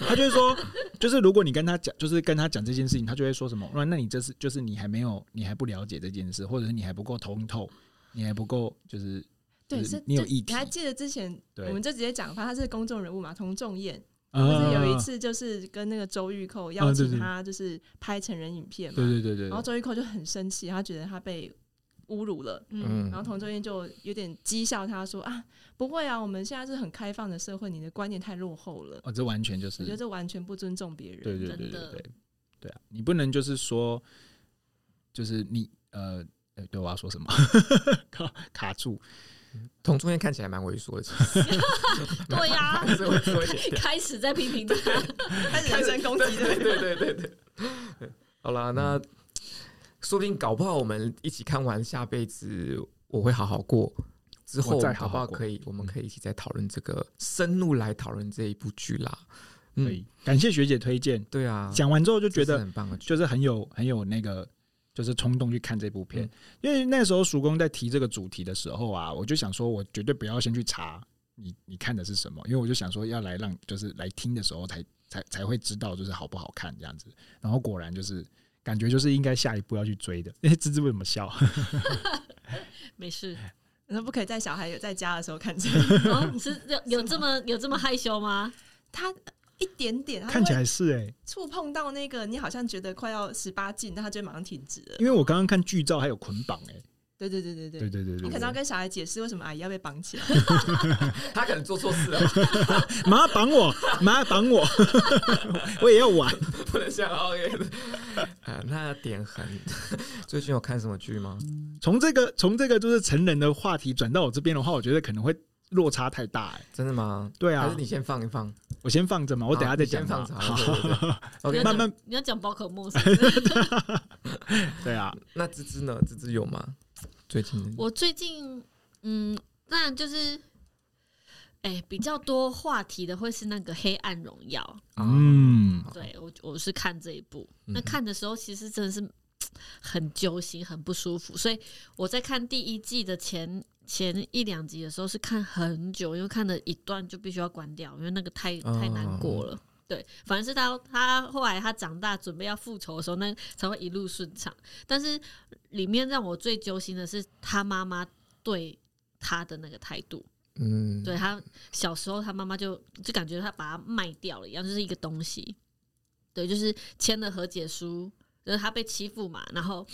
Speaker 2: 他就是说，就是如果你跟他讲，就是跟他讲这件事情，他就会说什么？那那你这是就是你还没有，你还不了解这件事，或者是你还不够通透，你还不够就是
Speaker 4: 对，
Speaker 2: 就是
Speaker 4: 是
Speaker 2: 你有
Speaker 4: 这
Speaker 2: 议题
Speaker 4: 你还记得之前
Speaker 2: 对
Speaker 4: 我们就直接讲吧，他是公众人物嘛，童仲彦，
Speaker 2: 啊
Speaker 4: 就是有一，次就是跟那个周玉蔻邀
Speaker 2: 嗯对
Speaker 4: 请
Speaker 2: 对
Speaker 4: 他，就是拍成人影片嘛，
Speaker 2: 啊对对对对
Speaker 4: 然后
Speaker 2: 对，
Speaker 4: 周玉蔻就很生气，他觉得他被侮辱了。
Speaker 3: 嗯，
Speaker 1: 嗯
Speaker 4: 然后童仲彦就有点讥笑他说：“啊，不会啊，我们现在是很开放的社会，你的观念太落后了。
Speaker 2: 哦，这完全就是
Speaker 4: 我觉得这完全不尊重别人。
Speaker 2: 对对
Speaker 3: 真
Speaker 2: 对对
Speaker 3: 的
Speaker 2: 对对啊！你不能就是说，就是你呃，呃对，我要说什么？ [LAUGHS] 卡卡住，
Speaker 1: 同中间看起来蛮猥琐的，其实
Speaker 3: 对呀、
Speaker 1: [LAUGHS]
Speaker 3: [LAUGHS]
Speaker 1: 还是会做一点。
Speaker 3: 开始在批评他，
Speaker 4: 开始人身攻击
Speaker 1: 对对对对对。好啦，那说不定搞不好我们一起看完下辈子我会好好过。之后
Speaker 2: 我再
Speaker 1: 搞
Speaker 2: 好
Speaker 1: 不好嗯
Speaker 2: 好过
Speaker 1: 可以，我们可以一起再讨论这个，深入来讨论这一部剧啦。
Speaker 2: 可
Speaker 1: 嗯，
Speaker 2: 以感谢学姐推荐。
Speaker 1: 对啊，
Speaker 2: 讲完之后就
Speaker 1: 这
Speaker 2: 觉
Speaker 1: 是
Speaker 2: 得
Speaker 1: 很棒的剧，
Speaker 2: 就是很有很有那个就是冲动去看这部片
Speaker 1: 嗯，
Speaker 2: 因为那时候叔公在提这个主题的时候啊，我就想说，我绝对不要先去查你你看的是什么，因为我就想说要来让就是来听的时候才才才会知道就是好不好看这样子，然后果然就是。感觉就是应该下一步要去追的。 [LAUGHS] 哎、芝芝为什么笑？
Speaker 3: [LAUGHS]
Speaker 4: 啊
Speaker 3: 没事。
Speaker 4: 然后不可以在小孩有在家的时候
Speaker 2: [LAUGHS]
Speaker 4: 看这个。
Speaker 3: 哦，你是有有这么有这么害羞吗？
Speaker 4: 他一点点，他
Speaker 2: [LAUGHS] 看起
Speaker 4: 会
Speaker 2: 来是哎、
Speaker 4: 触碰到那个你好像觉得快要十八禁，但他就会马上停止了。
Speaker 2: 因为我刚刚看剧照还有捆绑哎、
Speaker 4: 对对对对对。
Speaker 2: 对对对对
Speaker 4: 你可能要
Speaker 2: 对，
Speaker 4: 跟小孩解释为什么阿姨要被绑起来，
Speaker 1: 他可能做错事 [LAUGHS] 了，
Speaker 2: 马上绑我，马上绑我， [LAUGHS] 我也要玩。
Speaker 1: 不能像 OK。啊，那点很， [LAUGHS] 最近有看什么剧吗？
Speaker 2: 从这个从这个就是成人的话题转到我这边的话，我觉得可能会落差太大哎、
Speaker 1: 真的吗？
Speaker 2: 对
Speaker 1: 还
Speaker 2: 啊
Speaker 1: 是，你先放一放？啊
Speaker 2: 我先放着嘛，我等下再
Speaker 1: 你先
Speaker 2: 讲嘛。
Speaker 1: 放着好
Speaker 2: 好，
Speaker 1: 对
Speaker 2: [LAUGHS]
Speaker 1: 对对 OK，
Speaker 3: 你要
Speaker 1: 那
Speaker 2: 慢
Speaker 3: 讲
Speaker 2: 慢
Speaker 3: 你要讲宝可梦是不是，
Speaker 1: [LAUGHS]
Speaker 2: 对啊，
Speaker 1: 那芝芝呢？芝芝有吗？最近
Speaker 3: 我最近嗯，那就是哎、比较多话题的会是那个《黑暗荣耀》，
Speaker 2: 嗯，
Speaker 3: 对我我是看这一部，
Speaker 1: 嗯
Speaker 3: 那看的时候其实真的是很揪心、很不舒服，所以我在看第一季的前前一两集的时候是看很久，因为看了一段就必须要关掉，因为那个太
Speaker 1: 哦
Speaker 3: 太难过了。对，反正是他他后来他长大准备要复仇的时候，那才会一路顺畅。但是里面让我最揪心的是他妈妈对他的那个态度，
Speaker 1: 嗯，
Speaker 3: 对他小时候，他妈妈就就感觉他把他卖掉了一样，就是一个东西。对，就是签了和解书，就是他被欺负嘛，然后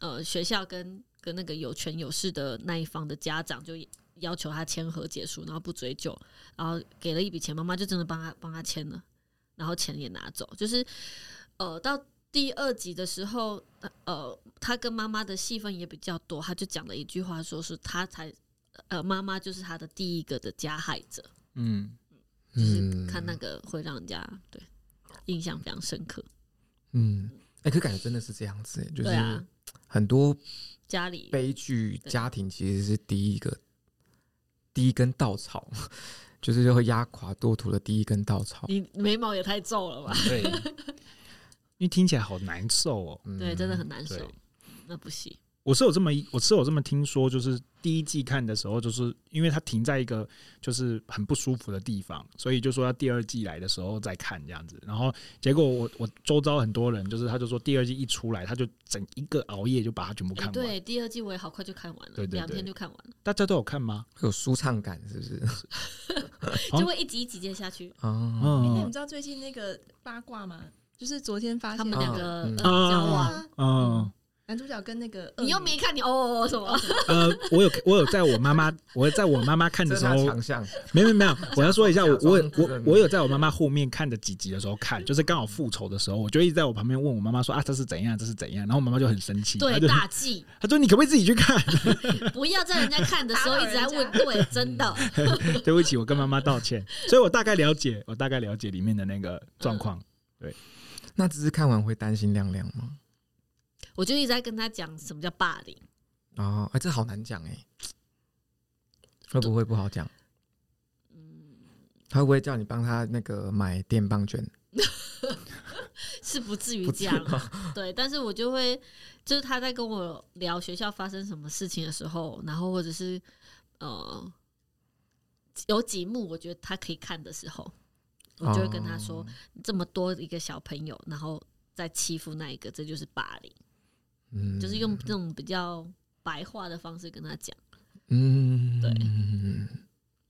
Speaker 3: 呃，学校跟跟那个有权有势的那一方的家长就要求他签和解书，然后不追究，然后给了一笔钱，妈妈就真的帮他帮他签了，然后钱也拿走，就是呃到。第二集的时候，呃呃，他跟妈妈的戏份也比较多，他就讲了一句话，说是他才呃，妈妈就是他的第一个的加害者，
Speaker 2: 嗯，
Speaker 3: 就是看那
Speaker 1: 嗯
Speaker 3: 个会让人家对印象非常深刻。
Speaker 1: 嗯，哎、可感觉真的是这样子、哎就
Speaker 3: 对啊
Speaker 1: 是很多
Speaker 3: 家里
Speaker 1: 悲剧
Speaker 3: 对
Speaker 1: 家庭其实是第一个第一根稻草， [LAUGHS] 就是就会压垮骆驼的第一根稻草。
Speaker 3: 你眉毛也太皱了吧？
Speaker 2: 对，因为听起来好难受哦。
Speaker 1: 嗯
Speaker 3: 对，真的很难受
Speaker 2: 对。
Speaker 3: 那不行，
Speaker 2: 我是有这么一，我是有这么听说，就是第一季看的时候，就是因为它停在一个就是很不舒服的地方，所以就说要第二季来的时候再看这样子。然后结果我我周遭很多人就是他就说第二季一出来，他就整一个熬夜就把它全部
Speaker 3: 哎
Speaker 2: 看完。
Speaker 3: 对，第二季我也好快就看完了，
Speaker 2: 对对对
Speaker 3: 两天就看完了，
Speaker 2: 大家都有看吗？
Speaker 1: 有舒畅感，是不是？ [LAUGHS]
Speaker 2: 好
Speaker 3: 就会一集一集接下去。
Speaker 1: 啊，
Speaker 4: 那你们
Speaker 2: 嗯
Speaker 4: 知道最近那个八卦吗？就是昨天发现
Speaker 3: 他们两
Speaker 4: 啊
Speaker 3: 个
Speaker 1: 嗯
Speaker 3: 呃交往，
Speaker 4: 啊
Speaker 2: 嗯
Speaker 4: 男主角跟那个恶
Speaker 3: 你又
Speaker 4: 女
Speaker 3: 没看，你哦哦哦什么？
Speaker 2: 呃，我有我有在我妈妈 [LAUGHS] 我在我妈妈看
Speaker 1: 这
Speaker 2: 的
Speaker 1: 是
Speaker 2: 时
Speaker 1: 他
Speaker 2: 候，
Speaker 1: 强项。
Speaker 2: 没有没有没有，我要说一下，哎我我有
Speaker 1: 假装
Speaker 2: 我我有在我妈妈后面看的几集的时候看，就是刚好复仇的时候，我就一直在我旁边问我妈妈说啊这是怎样，这是怎样，然后我妈妈就很生气，她
Speaker 3: 对，
Speaker 2: 就
Speaker 3: 大忌，
Speaker 2: 她说你可不可以自己去 [LAUGHS] 看？
Speaker 3: 不要在人家看的时候一直在问。
Speaker 4: 打
Speaker 3: 对，真的，
Speaker 2: 对不起，我跟妈妈道歉。所以我大概了解，我大概了解里面的那个状况。
Speaker 1: 那只是看完会担心亮亮吗？
Speaker 3: 我就一直在跟他讲什么叫霸凌。
Speaker 1: 啊，哎，这好难讲哎、会不会不好讲？
Speaker 3: 嗯
Speaker 1: 他会不会叫你帮他那个买电棒卷？
Speaker 3: 是不至于
Speaker 1: 不
Speaker 3: 这
Speaker 1: 至
Speaker 3: 样啊，对。但是我就会，就是他在跟我聊学校发生什么事情的时候，然后或者是呃，有几幕我觉得他可以看的时候，我就会跟他说，
Speaker 1: 哦
Speaker 3: 这么多一个小朋友，然后再欺负那一个，这就是霸凌，
Speaker 1: [LAUGHS] 嗯
Speaker 3: 就是用这种比较白话的方式跟他讲。
Speaker 1: 嗯，
Speaker 3: 对
Speaker 1: 嗯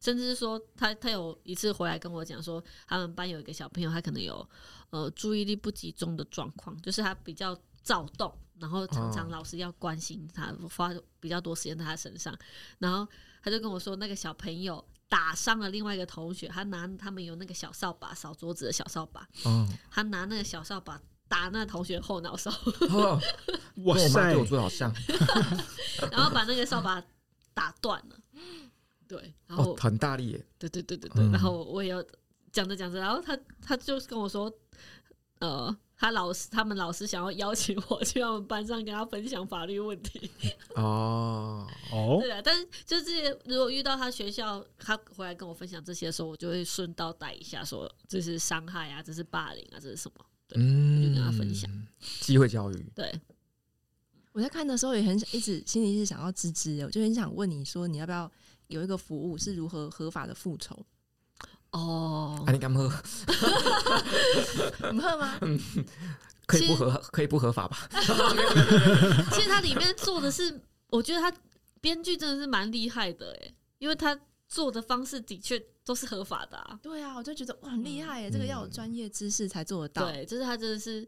Speaker 3: 甚至是说他他有一次回来跟我讲说，他们班有一个小朋友，他可能有呃注意力不集中的状况，就是他比较躁动，然后常常
Speaker 1: 哦
Speaker 3: 老师要关心他，花比较多时间在他身上。然后他就跟我说，那个小朋友打伤了另外一个同学，他拿他们有那个小扫把扫桌子的小扫把，
Speaker 1: 哦
Speaker 3: 他拿那个小扫把打那个同学后脑勺， [LAUGHS]
Speaker 1: [LAUGHS] 哦，
Speaker 2: 哇
Speaker 1: 跟我妈
Speaker 2: 塞
Speaker 1: 对我，做的好像
Speaker 3: 然后把那个扫把打断了。对，然后
Speaker 1: 哦，很大力耶，
Speaker 3: 对对对对对，
Speaker 1: 嗯
Speaker 3: 然后我也要讲着讲着，然后他他就是跟我说，呃，他老师他们老师想要邀请我去他们班上跟他分享法律问题，
Speaker 1: 哦，
Speaker 2: 哦
Speaker 3: 对啊，但是就是如果遇到他学校他回来跟我分享这些的时候，我就会顺道带一下说这是伤害啊，这是霸凌啊，这是什么？对
Speaker 1: 嗯，
Speaker 3: 就跟他分享
Speaker 1: 机会教育，
Speaker 3: 对，
Speaker 4: 我在看的时候也很想，一直心里是想要知知的，我就很想问你说，你要不要有一个服务是如何合法的复仇？
Speaker 3: 哦
Speaker 4: 哦
Speaker 1: 啊，，你敢喝？
Speaker 4: 你
Speaker 3: [LAUGHS]
Speaker 4: 喝吗？
Speaker 1: 可以不合，可以不合法吧？
Speaker 3: 其实它里面做的是，我觉得他编剧真的是蛮厉害的哎，因为他做的方式的确都是合法的啊。
Speaker 4: 对啊，我就觉得哇，很厉害耶！这个要
Speaker 2: 嗯
Speaker 4: 有专业知识才做得到。
Speaker 3: 对，就是他真的是，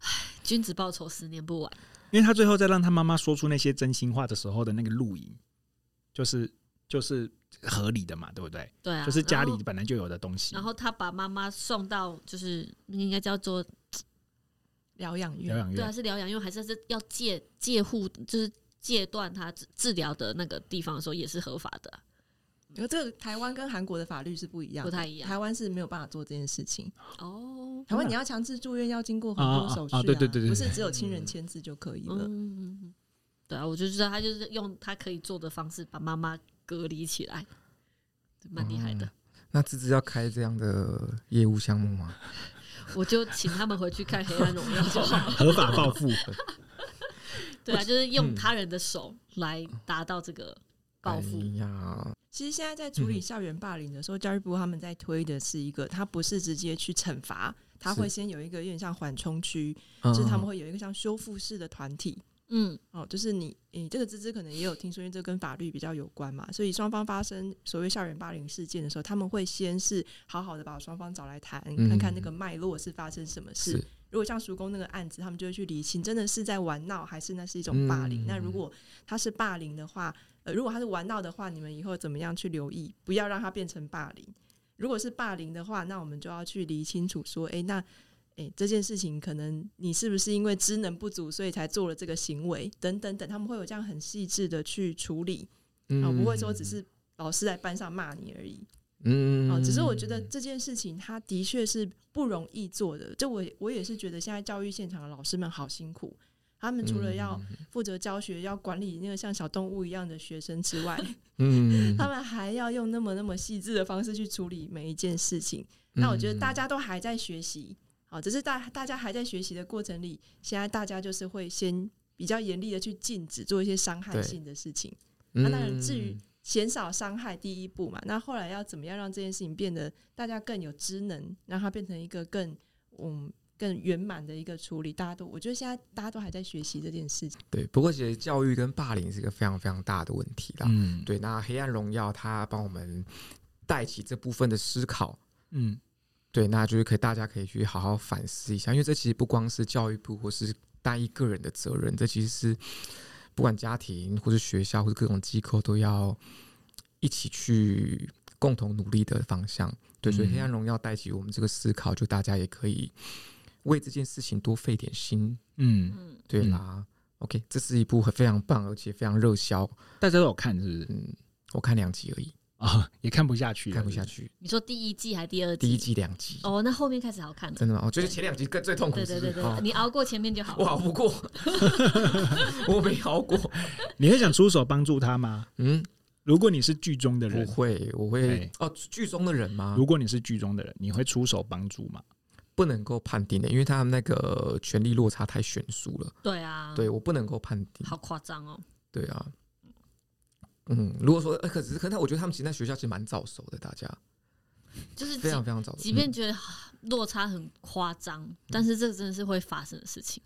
Speaker 3: 唉君子报仇，十年不晚。
Speaker 2: 因为他最后在让他妈妈说出那些真心话的时候的那个录影，就是就是合理的嘛，对不对？
Speaker 3: 对啊，
Speaker 2: 就是家里
Speaker 3: 然后。
Speaker 2: 本来就有的东西。
Speaker 3: 然后他把妈妈送到，就是那个应该叫做
Speaker 4: 疗养
Speaker 2: 疗
Speaker 4: 院，
Speaker 2: 养
Speaker 3: 对
Speaker 2: 院
Speaker 3: 啊，是疗养院，还是是要戒戒护，就是戒断他治治疗的那个地方的时候，也是合法的。
Speaker 4: 因为这个台湾跟韩国的法律是不一样
Speaker 3: 不
Speaker 4: 的，
Speaker 3: 太一样
Speaker 4: 台湾是没有办法做这件事情。
Speaker 3: 哦。
Speaker 4: 台湾你要强制住院要经过很多手续、
Speaker 2: 啊啊啊啊对对对对嗯
Speaker 4: 不是只有亲人签字就可以了。
Speaker 3: 嗯，对啊，我就知道他就是用他可以做的方式把妈妈隔离起来，蛮厉害
Speaker 1: 嗯
Speaker 3: 的。
Speaker 2: 嗯
Speaker 1: 那芝芝要开这样的业务项目吗？
Speaker 3: 我就请他们回去看《黑暗荣耀》就好了。
Speaker 2: 合法暴
Speaker 1: [LAUGHS]
Speaker 2: 富，
Speaker 3: 对啊，就是用他人的手来达到这个报复
Speaker 1: 哎。呀，
Speaker 4: 其实现在在处
Speaker 1: 嗯
Speaker 4: 理校园霸凌的时候，教育部他们在推的是一个，他不是直接去惩罚，他
Speaker 1: 是嗯
Speaker 4: 会先有一个有点像缓冲区，
Speaker 1: 就
Speaker 4: 就是他们会有一个像修复式的团体。
Speaker 3: 嗯，
Speaker 4: 哦，就是你，你这个芝芝可能也有听说，因为这跟法律比较有关嘛，所以双方发生所谓校园霸凌事件的时候，他们会先是好好的把双方找来谈，
Speaker 1: 嗯
Speaker 4: 看看那个脉络是啊发生什么事
Speaker 1: 是。
Speaker 4: 如果像叔公那个案子，他们就会去理清，真的是在玩闹，还是那是一种霸凌？
Speaker 1: 嗯
Speaker 4: 那如果他是霸凌的话，呃，如果他是玩闹的话，你们以后怎么样去留意，不要让他变成霸凌。如果是霸凌的话，那我们就要去理清楚，说，诶，那诶，这件事情可能你是不是因为知能不足，所以才做了这个行为，等等等，他们会有这样很细致的去处理，啊、
Speaker 1: 嗯
Speaker 4: 不会说只是老师在班上骂你而已。
Speaker 1: 嗯
Speaker 4: 啊，只是我觉得这件事情，它的确是不容易做的。就我我也是觉得，现在教育现场的老师们好辛苦，他们除了
Speaker 1: 嗯
Speaker 4: 要负责教学、要管理那个像小动物一样的学生之外，
Speaker 1: 嗯，
Speaker 4: [LAUGHS] 他们还要用那么那么细致的方式去处理每一件事情。那我觉
Speaker 1: 嗯
Speaker 4: 得大家都还在学习，好，只是大大家还在学习的过程里，现在大家就是会先比较严厉的去禁止做一些伤害
Speaker 1: 对
Speaker 4: 性的事情。
Speaker 1: 嗯，
Speaker 4: 那
Speaker 1: 嗯
Speaker 4: 当然，至于减少伤害第一步嘛，那后来要怎么样让这件事情变得大家更有知能，让它变成一个更嗯更圆满的一个处理？大家都我觉得现在大家都还在学习这件事情。
Speaker 1: 对，不过其实教育跟霸凌是一个非常非常大的问题啦。
Speaker 2: 嗯，
Speaker 1: 对，那《黑暗荣耀》它帮我们带起这部分的思考，
Speaker 2: 嗯，
Speaker 1: 对，那就是可以大家可以去好好反思一下，因为这其实不光是教育部或是单一个人的责任，这其实是不管家庭或是学校或是各种机构都要一起去共同努力的方向。对，所以《
Speaker 2: 嗯
Speaker 1: 黑暗荣耀》带起我们这个思考，就大家也可以为这件事情多费点心，
Speaker 2: 嗯，
Speaker 3: 嗯，
Speaker 1: 对
Speaker 2: 嗯
Speaker 1: 啦。OK，这是一部很非常棒而且非常热销，
Speaker 2: 大家都有看是不是？
Speaker 1: 嗯，我看两集而已，
Speaker 2: 啊， [LAUGHS] 也看不下去了，
Speaker 1: 看不下去，
Speaker 3: 你说第一季还第二季？
Speaker 1: 第一季两集，
Speaker 3: 哦，那后面开始好看了。
Speaker 1: 真的吗？我觉得前两集更最痛苦，
Speaker 3: 对
Speaker 1: 是
Speaker 3: 对
Speaker 1: 不是
Speaker 3: 对对，
Speaker 1: 哦
Speaker 3: 你熬过前面就好
Speaker 1: 我
Speaker 3: 了。
Speaker 1: 熬不
Speaker 3: [LAUGHS]
Speaker 1: 过，我没熬过。
Speaker 2: 是不是。你会想出手帮助他吗？
Speaker 1: 嗯，
Speaker 2: 如果你是剧中的
Speaker 1: 不
Speaker 2: 人，
Speaker 1: 会，我会
Speaker 2: 哎
Speaker 1: 哦。剧中的人吗
Speaker 2: 如？果你是剧中的人，你会出手帮助吗？
Speaker 1: 不能够判定的，因为他们那个权力落差太悬殊了。
Speaker 3: 对啊，
Speaker 1: 对，我不能够判定
Speaker 3: 好。夸张哦。
Speaker 1: 对啊，嗯，如果说，呃可只是，可那我觉得他们其实在学校其实蛮早熟的，大家
Speaker 3: 就是
Speaker 1: 非
Speaker 3: 即
Speaker 1: 常非嗯常早熟。
Speaker 3: 即便觉得落差很夸张，但是这真的是会发生的事情，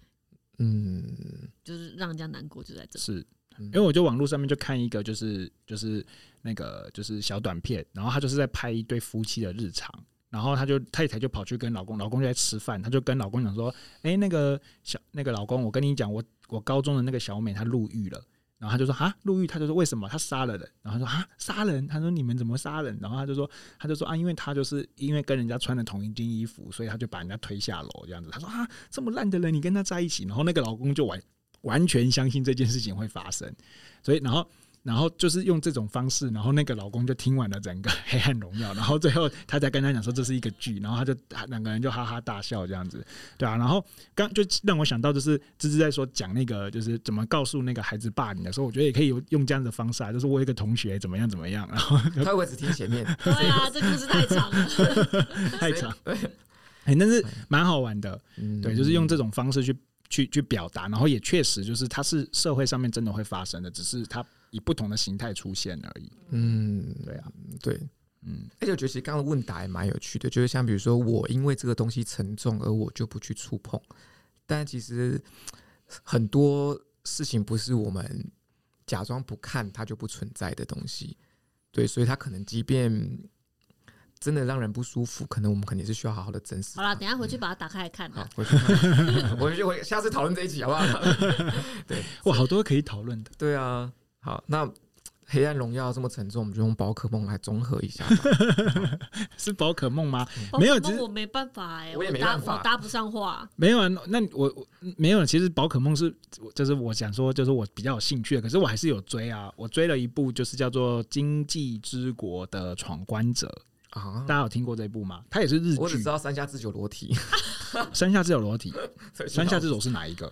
Speaker 1: 嗯，嗯
Speaker 3: 就是让人家难过
Speaker 1: [LAUGHS]
Speaker 3: 就在这。
Speaker 2: 是，
Speaker 1: 嗯
Speaker 2: 因为我就网络上面就看一个，就是就是那个就是小短片，然后他就是在拍一对夫妻的日常，然后他就太太就跑去跟老公，老公就在吃饭，他就跟老公讲说，哎、那个小那个老公，我跟你讲，我我高中的那个小美她入狱了。然后他就说啊，入狱，他就说为什么他杀了人？然后他说啊，杀人？他说你们怎么杀人？然后他就说他就说啊，因为他就是因为跟人家穿了同一件衣服，所以他就把人家推下楼这样子。他说啊，这么烂的人，你跟他在一起，然后那个老公就完完全相信这件事情会发生，所以然后。然后就是用这种方式，然后那个老公就听完了整个《黑暗荣耀》，然后最后他才跟他讲说这是一个剧，然后他就他两个人就哈哈大笑这样子，对啊。然后刚就让我想到就是芝芝在说讲那个就是怎么告诉那个孩子霸凌的时候，我觉得也可以有用这样的方式啊，就是我有一个同学怎么样怎么样，然后
Speaker 1: 嗯
Speaker 2: [LAUGHS]
Speaker 1: 他会不会只听前面，[LAUGHS]
Speaker 3: 对啊，这故事太长了。
Speaker 2: 太长，哎，但是蛮好玩的，
Speaker 1: 嗯
Speaker 2: 对，就是用这种方式去去去表达，然后也确实就是它是社会上面真的会发生的，只是它以不同的形态出现而已。
Speaker 1: 嗯，
Speaker 2: 对啊，
Speaker 1: 对。
Speaker 2: 嗯
Speaker 1: 而且我觉得其实刚刚的问答也蛮有趣的，就是像比如说我因为这个东西沉重，而我就不去触碰，但其实很多事情不是我们假装不看它就不存在的东西，对，所以它可能即便真的让人不舒服，可能我们肯定是需要好好的珍视
Speaker 3: 好
Speaker 1: 它。
Speaker 3: 啦，等一下回去把它打开来看啊。
Speaker 1: [LAUGHS] 好，回去看我就会下次讨论这一集好不好？ [LAUGHS]
Speaker 2: 哇，好多可以讨论的。
Speaker 1: 对啊，好，那黑暗荣耀这么沉重，我们就用宝可梦来综合一下吧。
Speaker 2: 是宝可梦吗？
Speaker 3: 宝
Speaker 2: 没有
Speaker 3: 可
Speaker 2: 只
Speaker 3: 梦
Speaker 2: 是
Speaker 3: 哦我没办法哎，
Speaker 1: 我也没
Speaker 3: 搭
Speaker 1: 办法
Speaker 3: 我搭不上话。
Speaker 2: 没有啊，那你我我没有。其实宝可梦是，就是我想说，就是我比较有兴趣的，可是我还是有追啊。我追了一部，就是叫做《经济之国的闯关者》，
Speaker 1: 啊，
Speaker 2: 大家有听过这部吗？它也是日
Speaker 1: 我只
Speaker 2: 剧
Speaker 1: 知，道三下智久裸体，
Speaker 2: 山下智久裸体，山下智
Speaker 1: 久
Speaker 2: 久是哪一个？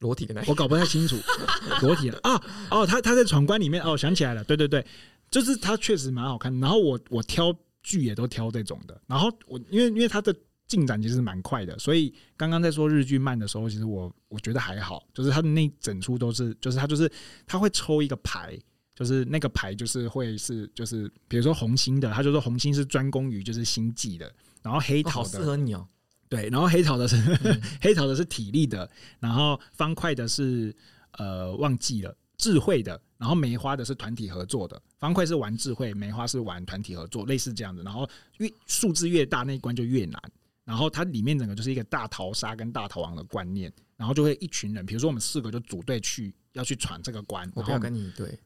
Speaker 1: 裸体的那一
Speaker 2: 我搞不太清楚，
Speaker 1: [LAUGHS]
Speaker 2: 裸体了啊！哦，他他在闯关里面哦，想起来了，对对对，就是他确实蛮好看的。然后我我挑剧也都挑这种的，然后我因为因为他的进展其实蛮快的，所以刚刚在说日剧慢的时候，其实我我觉得还好，就是他的那一整出都是，就是他就是他会抽一个牌。就是那个牌，就是会是就是，比如说红星的，他就说红星是专攻于就是星际的，然后黑
Speaker 1: 哦
Speaker 2: 桃
Speaker 1: 好
Speaker 2: 的
Speaker 1: 适合你哦。
Speaker 2: 对，然后黑桃的是、 [LAUGHS] 黑桃的是体力的，然后方块的是呃忘记了智慧的，然后梅花的是团体合作的，方块是玩智慧，梅花是玩团体合作，类似这样子。然后越数字越大，那一关就越难。然后它里面整个就是一个大逃杀跟大逃亡的观念，然后就会一群人，比如说我们四个就组队去要去闯这个关，
Speaker 1: 我不
Speaker 2: 然后
Speaker 1: 要跟你对，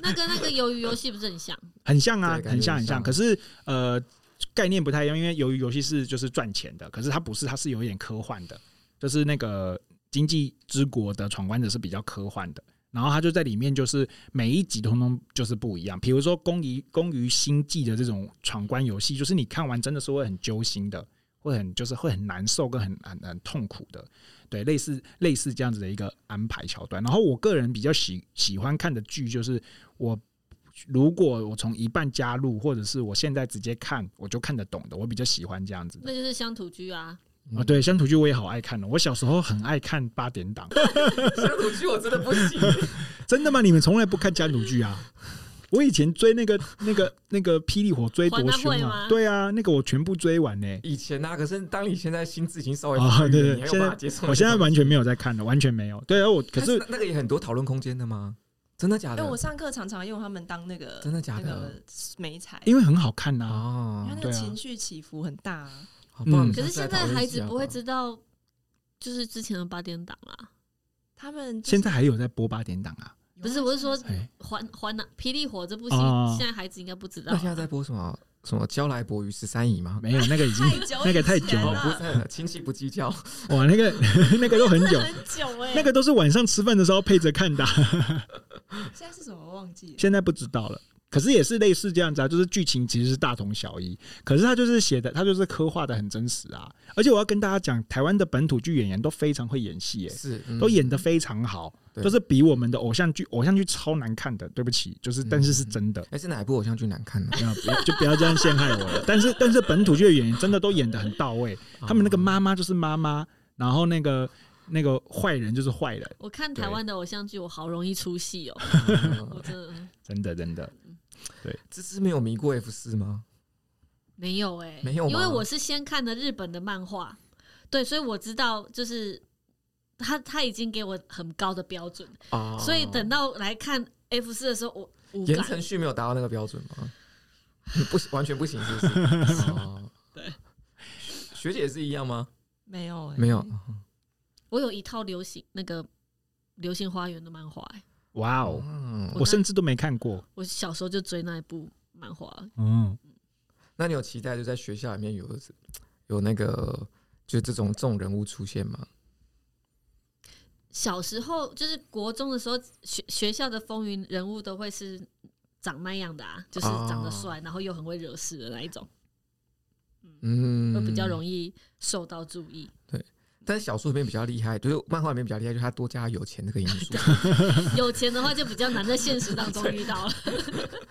Speaker 3: 那跟那个鱿鱼游戏不是很像？
Speaker 2: 很像啊，
Speaker 1: 对感觉
Speaker 2: 很像很
Speaker 1: 很
Speaker 2: 像。
Speaker 1: 像
Speaker 2: 可是呃，概念不太一样，因为由于游戏是就是赚钱的，可是它不是，它是有一点科幻的，就是那个《经济之国的闯关者》是比较科幻的。然后它就在里面，就是每一集通通就是不一样。比如说《攻于攻于星际》的这种闯关游戏，就是你看完真的是会很揪心的，会很就是会很难受跟很很很痛苦的。对，类似类似这样子的一个安排桥段。然后我个人比较喜喜欢看的剧，就是我如果我从一半加入，或者是我现在直接看，我就看得懂的，我比较喜欢这样子的。
Speaker 3: 那就是乡土剧啊。
Speaker 1: 嗯
Speaker 2: 啊，对，乡土剧我也好爱看哦，我小时候很爱看八点档。
Speaker 1: 乡土剧我真的不行。 [LAUGHS]
Speaker 2: 真的吗？你们从来不看乡土剧啊？我以前追
Speaker 4: [LAUGHS]
Speaker 2: 那个、那个、那个《霹雳火》追多凶
Speaker 3: 还那会
Speaker 2: 啊！
Speaker 3: 吗
Speaker 2: 对啊，那个我全部追完呢、
Speaker 1: 以前啊，可是当你现在心智已经稍
Speaker 2: [LAUGHS]
Speaker 1: 微
Speaker 2: 啊
Speaker 1: 发育了
Speaker 2: 对对
Speaker 1: 你还
Speaker 2: 现
Speaker 1: 有
Speaker 2: 在
Speaker 1: 办法接受那个东西。
Speaker 2: 我现在完全没有在看了，完全没有。对啊，我可
Speaker 1: 但
Speaker 2: 是
Speaker 1: 是那个也很多讨论空间的吗？真的假
Speaker 4: 因为我
Speaker 1: 的？
Speaker 4: 上课常常用他们当那个
Speaker 1: 真的假的
Speaker 4: 那个美彩，
Speaker 2: 因为很好看呐、啊，
Speaker 1: 哦
Speaker 4: 因为，那
Speaker 2: 对
Speaker 4: 个
Speaker 2: 啊
Speaker 4: 情绪起伏很大啊。
Speaker 1: 好不然我
Speaker 2: 嗯
Speaker 1: 们
Speaker 3: 可是
Speaker 1: 下
Speaker 3: 现
Speaker 1: 次来
Speaker 3: 在
Speaker 1: 讨论
Speaker 3: 孩
Speaker 1: 一
Speaker 3: 子
Speaker 1: 下
Speaker 3: 不会
Speaker 1: 吧
Speaker 3: 知道，就是之前的八点档啦。
Speaker 4: 他们就是
Speaker 2: 现在还有在播八点档啊。
Speaker 4: 有啊
Speaker 3: 不是我是说
Speaker 2: 哎，
Speaker 3: 还还那霹雳火这部戏
Speaker 2: 哦，
Speaker 3: 现在孩子应该不知道
Speaker 1: 那。现在在播什么？什么交来博与十三姨吗？
Speaker 2: 没有
Speaker 4: [LAUGHS]
Speaker 2: 那个已经
Speaker 4: 太久以前了
Speaker 2: 那个太久
Speaker 1: 哦，
Speaker 2: 了，
Speaker 1: 不是，亲戚不计
Speaker 2: [LAUGHS]
Speaker 1: 较。
Speaker 2: 哇，那个那个都很
Speaker 4: [LAUGHS]
Speaker 2: 久，
Speaker 3: 很
Speaker 1: [LAUGHS]
Speaker 3: 久哎
Speaker 2: 那个都是晚上吃饭的时候配着看的啊、
Speaker 4: 现在是什么我忘记了。
Speaker 2: 现在不知道了。可是也是类似这样子啊，就是剧情其实是大同小异，可是他就是写的，他就是刻画的很真实啊。而且我要跟大家讲，台湾的本土剧演员都非常会演戏、耶，
Speaker 1: 是，嗯
Speaker 2: 都
Speaker 1: 演
Speaker 2: 演得非常好，
Speaker 1: 对
Speaker 2: 就是比我们的偶像剧，偶像剧超难看的，对不起，就是但是是真的。
Speaker 1: 哎，是哪一部偶像剧难看呢？啊
Speaker 2: 不要不要就不要这样陷害我了。 [LAUGHS] 但是但是本土剧的演员真的都演得很到位， [LAUGHS] 他们那个妈妈就是妈妈，然后那个那个坏人就是坏人，
Speaker 3: 我看台湾的偶像剧，我好容易出戏哦，我
Speaker 1: [LAUGHS]
Speaker 3: 真的
Speaker 2: 真的真的。
Speaker 1: 芝芝没有迷过 F 四吗？
Speaker 3: 没有哎，
Speaker 1: 没有吗
Speaker 3: 因为我是先看的日本的漫画，对，所以我知道就是他他已经给我很高的标准，
Speaker 1: 啊
Speaker 2: 哦
Speaker 3: 所以等到来看 F 四的时候，我无
Speaker 1: 言
Speaker 3: 感。
Speaker 1: 承旭没有达到那个标准吗？ [LAUGHS] 不行，完全不行，是不是？
Speaker 3: [LAUGHS]
Speaker 1: 哦，对，学姐也是一样吗？
Speaker 4: 没有、欸，
Speaker 1: 没有，
Speaker 3: 我有一套流行那个《流星花园》的漫画、欸，
Speaker 2: 哇哦，
Speaker 1: 嗯，
Speaker 2: 我甚至都没看过。
Speaker 3: 我小时候就追那一部漫画。
Speaker 2: 嗯，
Speaker 1: 那你有期待就在学校里面有有那个就这种这种人物出现吗？
Speaker 3: 小时候就是国中的时候，学学校的风云人物都会是长那样的啊，就是长得帅，然后又很会惹事的那一种，
Speaker 1: 嗯，
Speaker 3: 会比较容易受到注意。
Speaker 1: 但是小说里面比较厉害，就是漫画里面比较厉害，就是他多加有钱这个因素。
Speaker 3: 有钱的话就比较难在现实当中遇到了，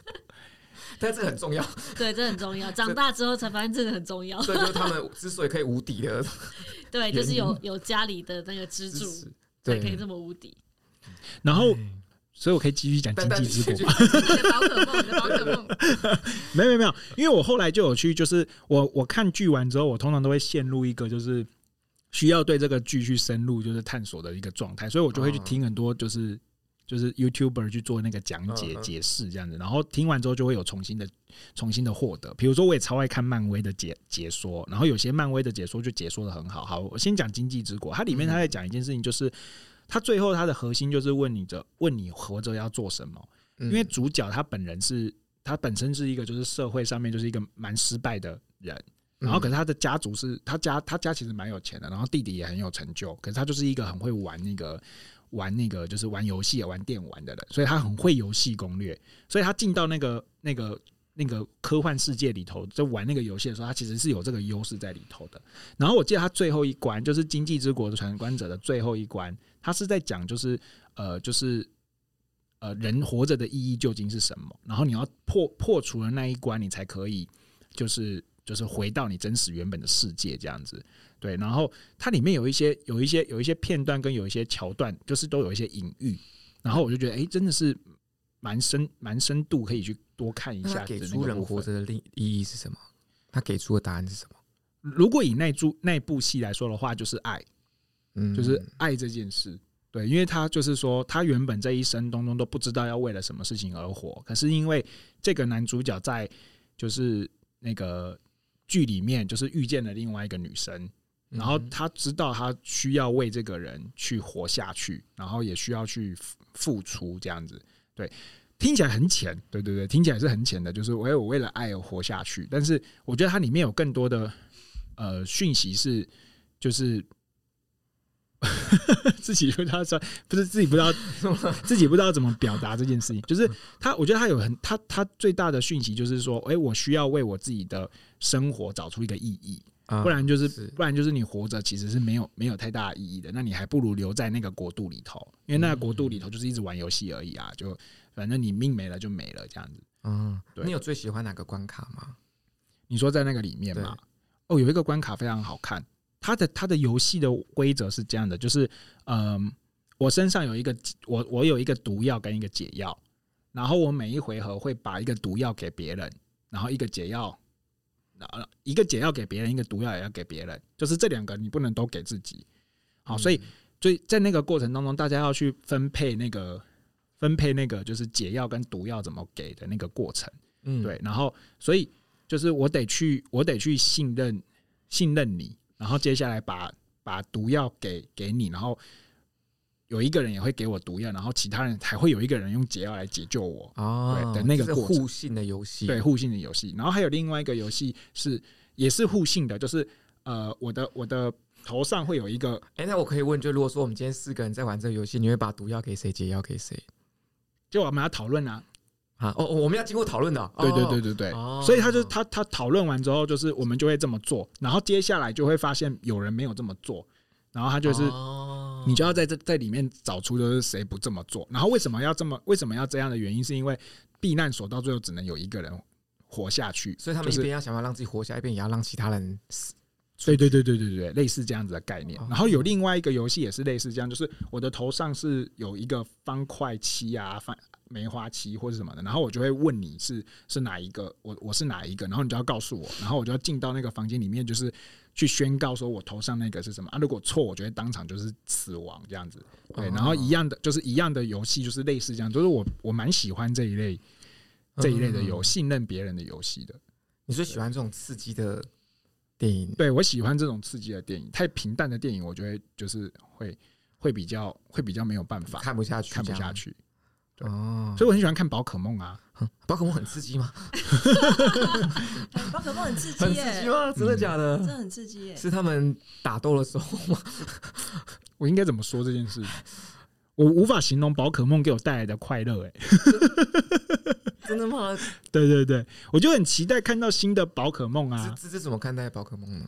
Speaker 1: [LAUGHS] 但这个很重要，
Speaker 3: 对，这很重要。长大之后才发现这个很重要，
Speaker 1: 这就是他们 [LAUGHS] 之所以可以无敌的
Speaker 3: 对，就是有
Speaker 1: 原
Speaker 3: 有家里的那个支
Speaker 1: 支
Speaker 3: 柱
Speaker 1: 持。
Speaker 3: 才可以
Speaker 1: 对，
Speaker 3: 这么无敌。
Speaker 2: 然后
Speaker 1: 哎
Speaker 2: 所以我可以继续讲
Speaker 1: 但
Speaker 2: 经
Speaker 1: 但
Speaker 2: 济之国吗。
Speaker 4: 你的宝可梦，你的宝可梦，
Speaker 2: 没有没有没有，因为我后来就有去，就是我我看剧完之后，我通常都会陷入一个就是需要对这个剧去深入就是探索的一个状态，所以我就会去
Speaker 1: 哦
Speaker 2: 听很多就是。就是 YouTuber 去做那个讲解
Speaker 1: 嗯嗯
Speaker 2: 解释这样子，然后听完之后就会有重新的重新的获得。比如说，我也超爱看漫威的解解说，然后有些漫威的解说就解说的很好。好，我先讲《经济之国》，它里面他在讲一件事情，就是他最后他的核心就是问你着问你活着要做什么。
Speaker 1: 因
Speaker 2: 因为主角他本人是他本身是一个就是社会上面就是一个蛮失败的人，然后
Speaker 1: 嗯
Speaker 2: 可是他的家族是他家他家其实蛮有钱的，然后弟弟也很有成就，可是他就是一个很会玩那个玩那个就是玩游戏啊玩电玩的人，所以他很会游戏攻略，所以他进到那个那个。那个科幻世界里头，在玩那个游戏的时候，他其实是有这个优势在里头的。然后我记得他最后一关，就是《经济之国的闯关者》的最后一关，他是在讲就是呃，就是呃，人活着的意义究竟是什么？然后你要破破除了那一关，你才可以就是就是回到你真实原本的世界这样子。对，然后它里面有一些有一些有一些片段跟有一些桥段，就是都有一些隐喻。然后我就觉得，哎、真的是蛮深蛮深度，可以去多看一
Speaker 1: 那
Speaker 2: 下
Speaker 1: 他
Speaker 2: 的
Speaker 1: 给
Speaker 2: 那
Speaker 1: 出
Speaker 2: 个
Speaker 1: 人
Speaker 2: 部
Speaker 1: 活
Speaker 2: 分。
Speaker 1: 着的意意义是什么？他给出的答案是什么？
Speaker 2: 如果以那部那部戏来说的话，就是爱。
Speaker 1: 嗯，
Speaker 2: 就是爱这件事。对，因为他就是说，他原本这一生当中都不知道要为了什么事情而活，可是因为这个男主角在就是那个剧里面，就是遇见了另外一个女生，
Speaker 1: 嗯，
Speaker 2: 然后他知道他需要为这个人去活下去，然后也需要去付付出这样子。对，听起来很浅，对对对，听起来是很浅的，就是我我为了爱而活下去。但是我觉得它里面有更多的呃讯息是，就是 [LAUGHS] 自己不知道说，不是自己不知道自己不知道怎么表达这件事情。就是他，我觉得他有很他他最大的讯息就是说，哎、我需要为我自己的生活找出一个意义。
Speaker 1: 啊
Speaker 2: 不然就是
Speaker 1: 是
Speaker 2: 不然就是你活着其实是没有没有太大的意义的，那你还不如留在那个国度里头，因为那个国度里头就是一直玩游戏而已啊，就反正你命没了就没了这样子。
Speaker 1: 嗯，
Speaker 2: 对
Speaker 1: 你有最喜欢哪个关卡吗？
Speaker 2: 你说在那个里面嘛，哦，有一个关卡非常好看，它的它的游戏的规则是这样的，就是嗯、我身上有一个我我有一个毒药跟一个解药，然后我每一回合会把一个毒药给别人，然后一个解药。然后一个解药给别人，一个毒药也要给别人，就是这两个你不能都给自己。
Speaker 1: 嗯
Speaker 2: 好，所以所以在那个过程当中，大家要去分配那个分配那个就是解药跟毒药怎么给的那个过程。
Speaker 1: 嗯，
Speaker 2: 对，然后所以就是我得去，我得去信任信任你，然后接下来把把毒药给给你，然后有一个人也会给我毒药，然后其他人还会有一个人用解药来解救我，
Speaker 1: 哦，
Speaker 2: 对的那个
Speaker 1: 这是
Speaker 2: 过程
Speaker 1: 互信的游戏，
Speaker 2: 对，互信的游戏。然后还有另外一个游戏是也是互信的，就是呃，我的我的头上会有一个
Speaker 1: 哎、那我可以问，就如果说我们今天四个人在玩这个游戏，你会把毒药给谁，解药给谁？
Speaker 2: 就我们要讨论啊，
Speaker 1: 啊，哦，哦我们要经过讨论的哦，
Speaker 2: 对对对对对，
Speaker 1: 哦
Speaker 2: 所以他就他他讨论完之后，就是我们就会这么做，然后接下来就会发现有人没有这么做，然后他就是
Speaker 1: 哦
Speaker 2: 你就要在这在里面找出就是谁不这么做，然后为什么要这么为什么要这样的原因，是因为避难所到最后只能有一个人活下去，
Speaker 1: 所以他们
Speaker 2: 就
Speaker 1: 一
Speaker 2: 是
Speaker 1: 边要想办法让自己活下来，一边也要让其他人死。
Speaker 2: 对对对对对对，类似这样子的概念
Speaker 1: 哦。
Speaker 2: 然后有另外一个游戏也是类似这样，就是我的头上是有一个方块漆啊、方梅花漆或者什么的，然后我就会问你是是哪一个，我我是哪一个，然后你就要告诉我，然后我就要进到那个房间里面，就是去宣告说我头上那个是什么啊。如果错，我就会当场就是死亡这样子。对，
Speaker 1: 哦
Speaker 2: 然后一样的就是一样的游戏，就是类似这样，就是我我蛮喜欢这一类这一类
Speaker 1: 嗯
Speaker 2: 的游，信任别人的游戏的。
Speaker 1: 你最喜欢这种刺激的电影？
Speaker 2: 对我喜欢这种刺激的电影，太平淡的电影，我觉得就是会会比较会比较没有办法
Speaker 1: 看不下去，
Speaker 2: 看不下。去，对
Speaker 1: 哦，
Speaker 2: 所以我很喜欢看宝可梦啊，
Speaker 1: 宝可梦很刺激吗？
Speaker 4: 宝可梦很刺
Speaker 1: [LAUGHS] 很刺
Speaker 4: 激
Speaker 1: 激
Speaker 4: 耶，
Speaker 1: 吗？真的
Speaker 2: 嗯
Speaker 1: 假
Speaker 4: 真
Speaker 1: 的？
Speaker 4: 的很刺激耶。
Speaker 1: 是他们打斗的时候吗？
Speaker 2: 我应该怎么说这件事？我无法形容宝可梦给我带来的快乐，哎，
Speaker 1: 真的吗？
Speaker 2: [LAUGHS] 对对对，我就很期待看到新的宝可梦
Speaker 1: 芝
Speaker 2: 啊，
Speaker 1: 芝芝怎么看待宝可梦呢？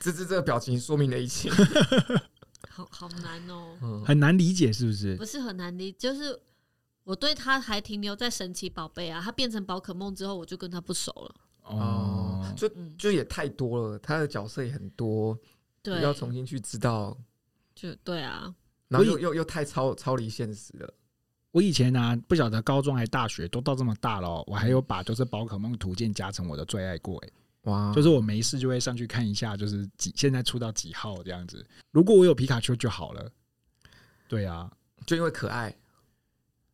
Speaker 1: 芝芝这个表情说明了一切。
Speaker 3: 好好难哦、
Speaker 1: [LAUGHS] 嗯，
Speaker 2: 很难理解是不是？
Speaker 3: 不是很难理，就是我对他还停留在神奇宝贝啊，他变成宝可梦之后，我就跟他不熟了。
Speaker 2: 哦，
Speaker 1: 就
Speaker 3: 嗯，
Speaker 1: 就也太多了，他的角色也很多，
Speaker 3: 对，
Speaker 1: 要重新去知道，
Speaker 3: 就对啊，
Speaker 1: 然后
Speaker 2: 我
Speaker 1: 又
Speaker 2: 以
Speaker 1: 又又太超超离现实了。
Speaker 2: 我以前啊，不晓得高中还大学都到这么大了哦，我还有把就是宝可梦图鉴加成我的最爱过，哎。
Speaker 1: 哇，
Speaker 2: 就是我没事就会上去看一下，就是几现在出到几号这样子。如果我有皮卡丘就好了。对啊，
Speaker 1: 就因为可爱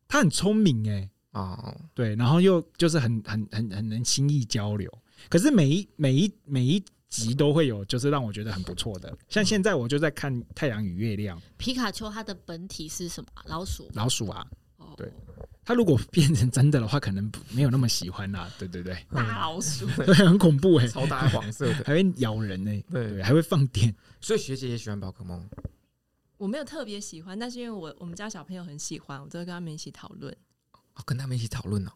Speaker 2: 他很聪明哎、
Speaker 1: 哦，
Speaker 2: 对，然后又就是很很很很能轻易交流。可是每一每一每一集都会有，就是让我觉得很不错的。像现在我就在看《太阳与月亮》，
Speaker 3: 皮卡丘它的本体是什么啊？老鼠
Speaker 2: 老鼠啊，
Speaker 3: 哦，
Speaker 2: 对他如果变成真的的话，可能不没有那么喜欢啦。对对对，
Speaker 4: [LAUGHS]
Speaker 2: [LAUGHS]
Speaker 4: 大老鼠，
Speaker 2: 对，很恐怖哎、
Speaker 1: 超大黄色 [LAUGHS] 的。
Speaker 2: 还会咬人呢、
Speaker 1: 对啊
Speaker 2: 对，还会放电。
Speaker 1: 所以学姐也喜欢宝可梦，
Speaker 4: 我没有特别喜欢，但是因为我我们家小朋友很喜欢，我都会跟他们一起讨论，
Speaker 1: 哦跟他们一起讨论哦。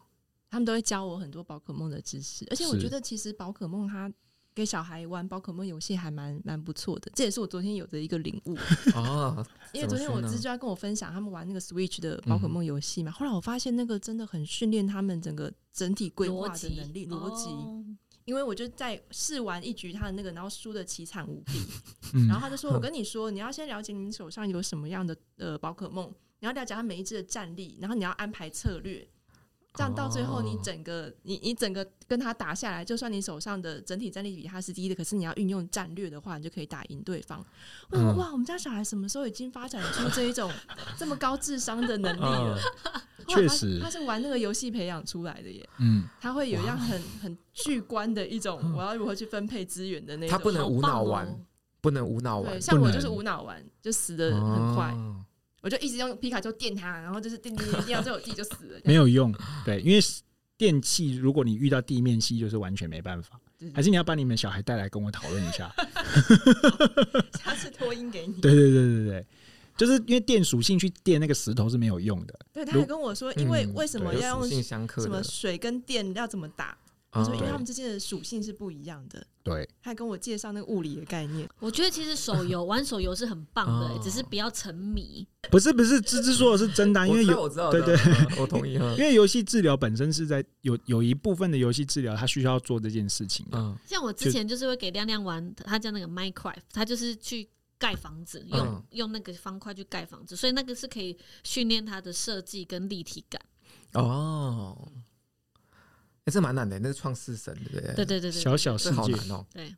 Speaker 4: 他们都会教我很多宝可梦的知识，而且我
Speaker 2: 是
Speaker 4: 觉得其实宝可梦它。给小孩玩宝可梦游戏还蛮蛮不错的，这也是我昨天有的一个领悟。
Speaker 1: 哦，
Speaker 4: 因为昨天我
Speaker 1: 怎么说呢
Speaker 4: 侄就在跟我分享他们玩那个 Switch 的宝可梦游戏嘛，后来我发现那个真的很训练他们整个整体规划的能力、逻辑。
Speaker 3: 哦
Speaker 4: 因为我就在试玩一局他的那个，然后输的凄惨无比，
Speaker 2: 嗯
Speaker 4: 然后他就说：“我跟你说，你要先了解你手上有什么样的呃宝可梦，你要了解它每一只的战力，然后你要安排策略，这样到最后你
Speaker 1: 哦
Speaker 4: 整个、你你整个跟他打下来，就算你手上的整体战力比他是低的，可是你要运用战略的话，你就可以打赢对方。”我想说
Speaker 1: 嗯
Speaker 4: 哇，我们家小孩什么时候已经发展出这一种这么高智商的能力
Speaker 1: 嗯
Speaker 4: 了？后
Speaker 2: 确
Speaker 4: 来他
Speaker 2: 实
Speaker 4: 他是玩那个游戏培养出来的耶，
Speaker 2: 嗯，
Speaker 4: 他会有一样很很巨观的一种，我要如何去分配资源的那种。
Speaker 1: 他不能无脑玩
Speaker 3: 好棒哦
Speaker 1: 不能无脑玩
Speaker 4: 对，，像
Speaker 2: 不
Speaker 4: 我
Speaker 2: 能
Speaker 4: 就是无脑玩，就死的很快，
Speaker 1: 哦
Speaker 4: 我就一直用皮卡丘电他，然后就是电电电电到最后我自己就死了。
Speaker 2: 没有用。对，因为电器，如果你遇到地面系，就是完全没办法
Speaker 4: 对。
Speaker 2: 还是你要把你们小孩带来跟我讨论
Speaker 1: [LAUGHS]
Speaker 2: 一下。
Speaker 4: 下次拖音给你。
Speaker 2: 对对对对对，就是因为电属性去电那个石头是没有用的。
Speaker 4: 对，他
Speaker 2: 如
Speaker 4: 还跟我说，因为为什么
Speaker 1: 嗯对
Speaker 4: 要
Speaker 1: 有属性
Speaker 4: 用
Speaker 1: 相克
Speaker 4: 什么
Speaker 1: 的？
Speaker 4: 水跟电要怎么打？他
Speaker 1: 哦
Speaker 4: 说，因为
Speaker 2: 对
Speaker 4: 他们之间的属性是不一样的。
Speaker 2: 对，
Speaker 4: 他还跟我介绍那个物理的概念，
Speaker 3: 我觉得其实手游玩手游是很棒的、欸
Speaker 1: 哦
Speaker 3: 只是不要沉迷。
Speaker 2: 不是不是，芝芝说的是真的啊、因为
Speaker 1: 我知道
Speaker 2: 有。
Speaker 1: 我知道，
Speaker 2: 对
Speaker 1: 我知道 [LAUGHS] 我同意。嗯
Speaker 2: 因为游戏治疗本身是在有有一部分的游戏治疗，它需要做这件事情的。
Speaker 1: 嗯
Speaker 3: 像我之前就是会给亮亮玩，他叫那个 Minecraft，他就是去盖房子，用、
Speaker 1: 嗯
Speaker 3: 用那个方块去盖房子，所以那个是可以训练他的设计跟立体感。
Speaker 1: [LAUGHS] 哦，哎，这蛮难的，那是创世神，对不对？
Speaker 3: 对，对对对，
Speaker 2: 小小世
Speaker 1: 这好
Speaker 2: 界，
Speaker 1: 难哦。
Speaker 3: 对，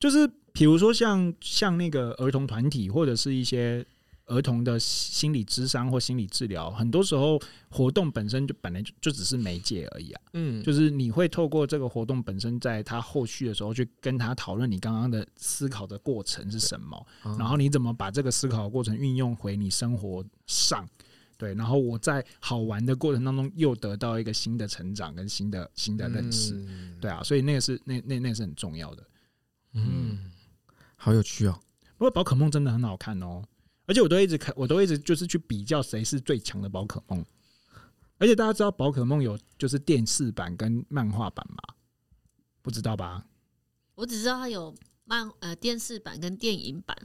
Speaker 2: 就是比如说像像那个儿童团体，或者是一些儿童的心理智商或心理治疗，很多时候活动本身就本来就就只是媒介而已啊。
Speaker 1: 嗯，
Speaker 2: 就是你会透过这个活动本身，在他后续的时候去跟他讨论你刚刚的思考的过程是什么，
Speaker 1: 嗯
Speaker 2: 然后你怎么把这个思考的过程运用回你生活上。对，然后我在好玩的过程当中又得到一个新的成长跟新的新的认识，
Speaker 1: 嗯
Speaker 2: 对啊，所以那个是那那那个是很重要的。
Speaker 1: 嗯，好有趣哦。
Speaker 2: 不过宝可梦真的很好看哦，而且我都一直看，我都一直就是去比较谁是最强的宝可梦。而且大家知道宝可梦有就是电视版跟漫画版吗？不知道吧？
Speaker 3: 我只知道他有漫呃电视版跟电影版，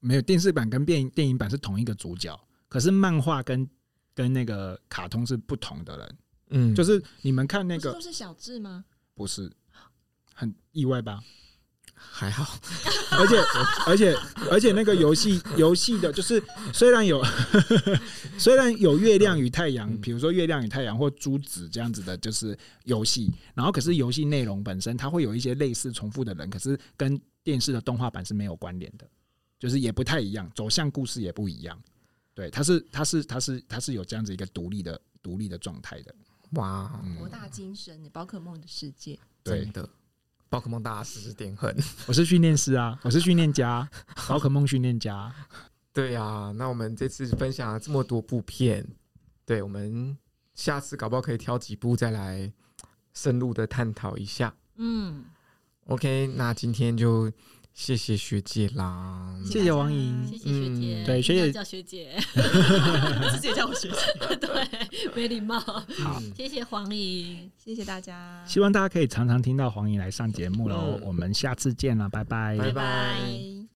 Speaker 2: 没有电视版跟电电影版是同一个主角，可是漫画跟跟那个卡通是不同的人。
Speaker 1: 嗯，
Speaker 2: 就是你们看那
Speaker 4: 不是
Speaker 2: 个
Speaker 4: 都是小智吗？
Speaker 2: 不是很意外吧？
Speaker 1: 还好，
Speaker 2: 而且而且而且那个游戏游戏的，就是虽然有 [LAUGHS] 虽然有月亮与太阳，
Speaker 1: 嗯
Speaker 2: 比如说月亮与太阳或朱子这样子的，就是游戏，然后可是游戏内容本身它会有一些类似重复的人，可是跟电视的动画版是没有关联的，就是也不太一样，走向故事也不一样。对，它是它是它是它是有这样子一个独立的独立的状态的。
Speaker 1: 哇，哦
Speaker 2: 嗯
Speaker 4: 博，大精深，宝可梦的世界。
Speaker 2: 对
Speaker 1: 真，的，宝可梦大师点很。
Speaker 2: 我是训练师啊，我是训练家，宝可梦训练家。
Speaker 1: 对呀、那我们这次分享了这么多部片，对我们下次搞不好可以挑几部再来深入的探讨一下。
Speaker 3: 嗯，
Speaker 1: OK，那今天就谢谢学姐啦，
Speaker 2: 谢谢王莹
Speaker 3: 谢谢学姐，
Speaker 1: 嗯
Speaker 2: 对学姐
Speaker 3: 一定要叫学姐， [LAUGHS]
Speaker 4: 自己也叫我学姐。
Speaker 3: 对，没礼貌， [LAUGHS]
Speaker 2: 好，
Speaker 3: 谢谢黄莹。
Speaker 4: 谢谢大家，
Speaker 2: 希望大家可以常常听到黄莹来上节目
Speaker 1: 嗯
Speaker 2: 喽。我们下次见了，拜
Speaker 1: 拜拜
Speaker 3: 拜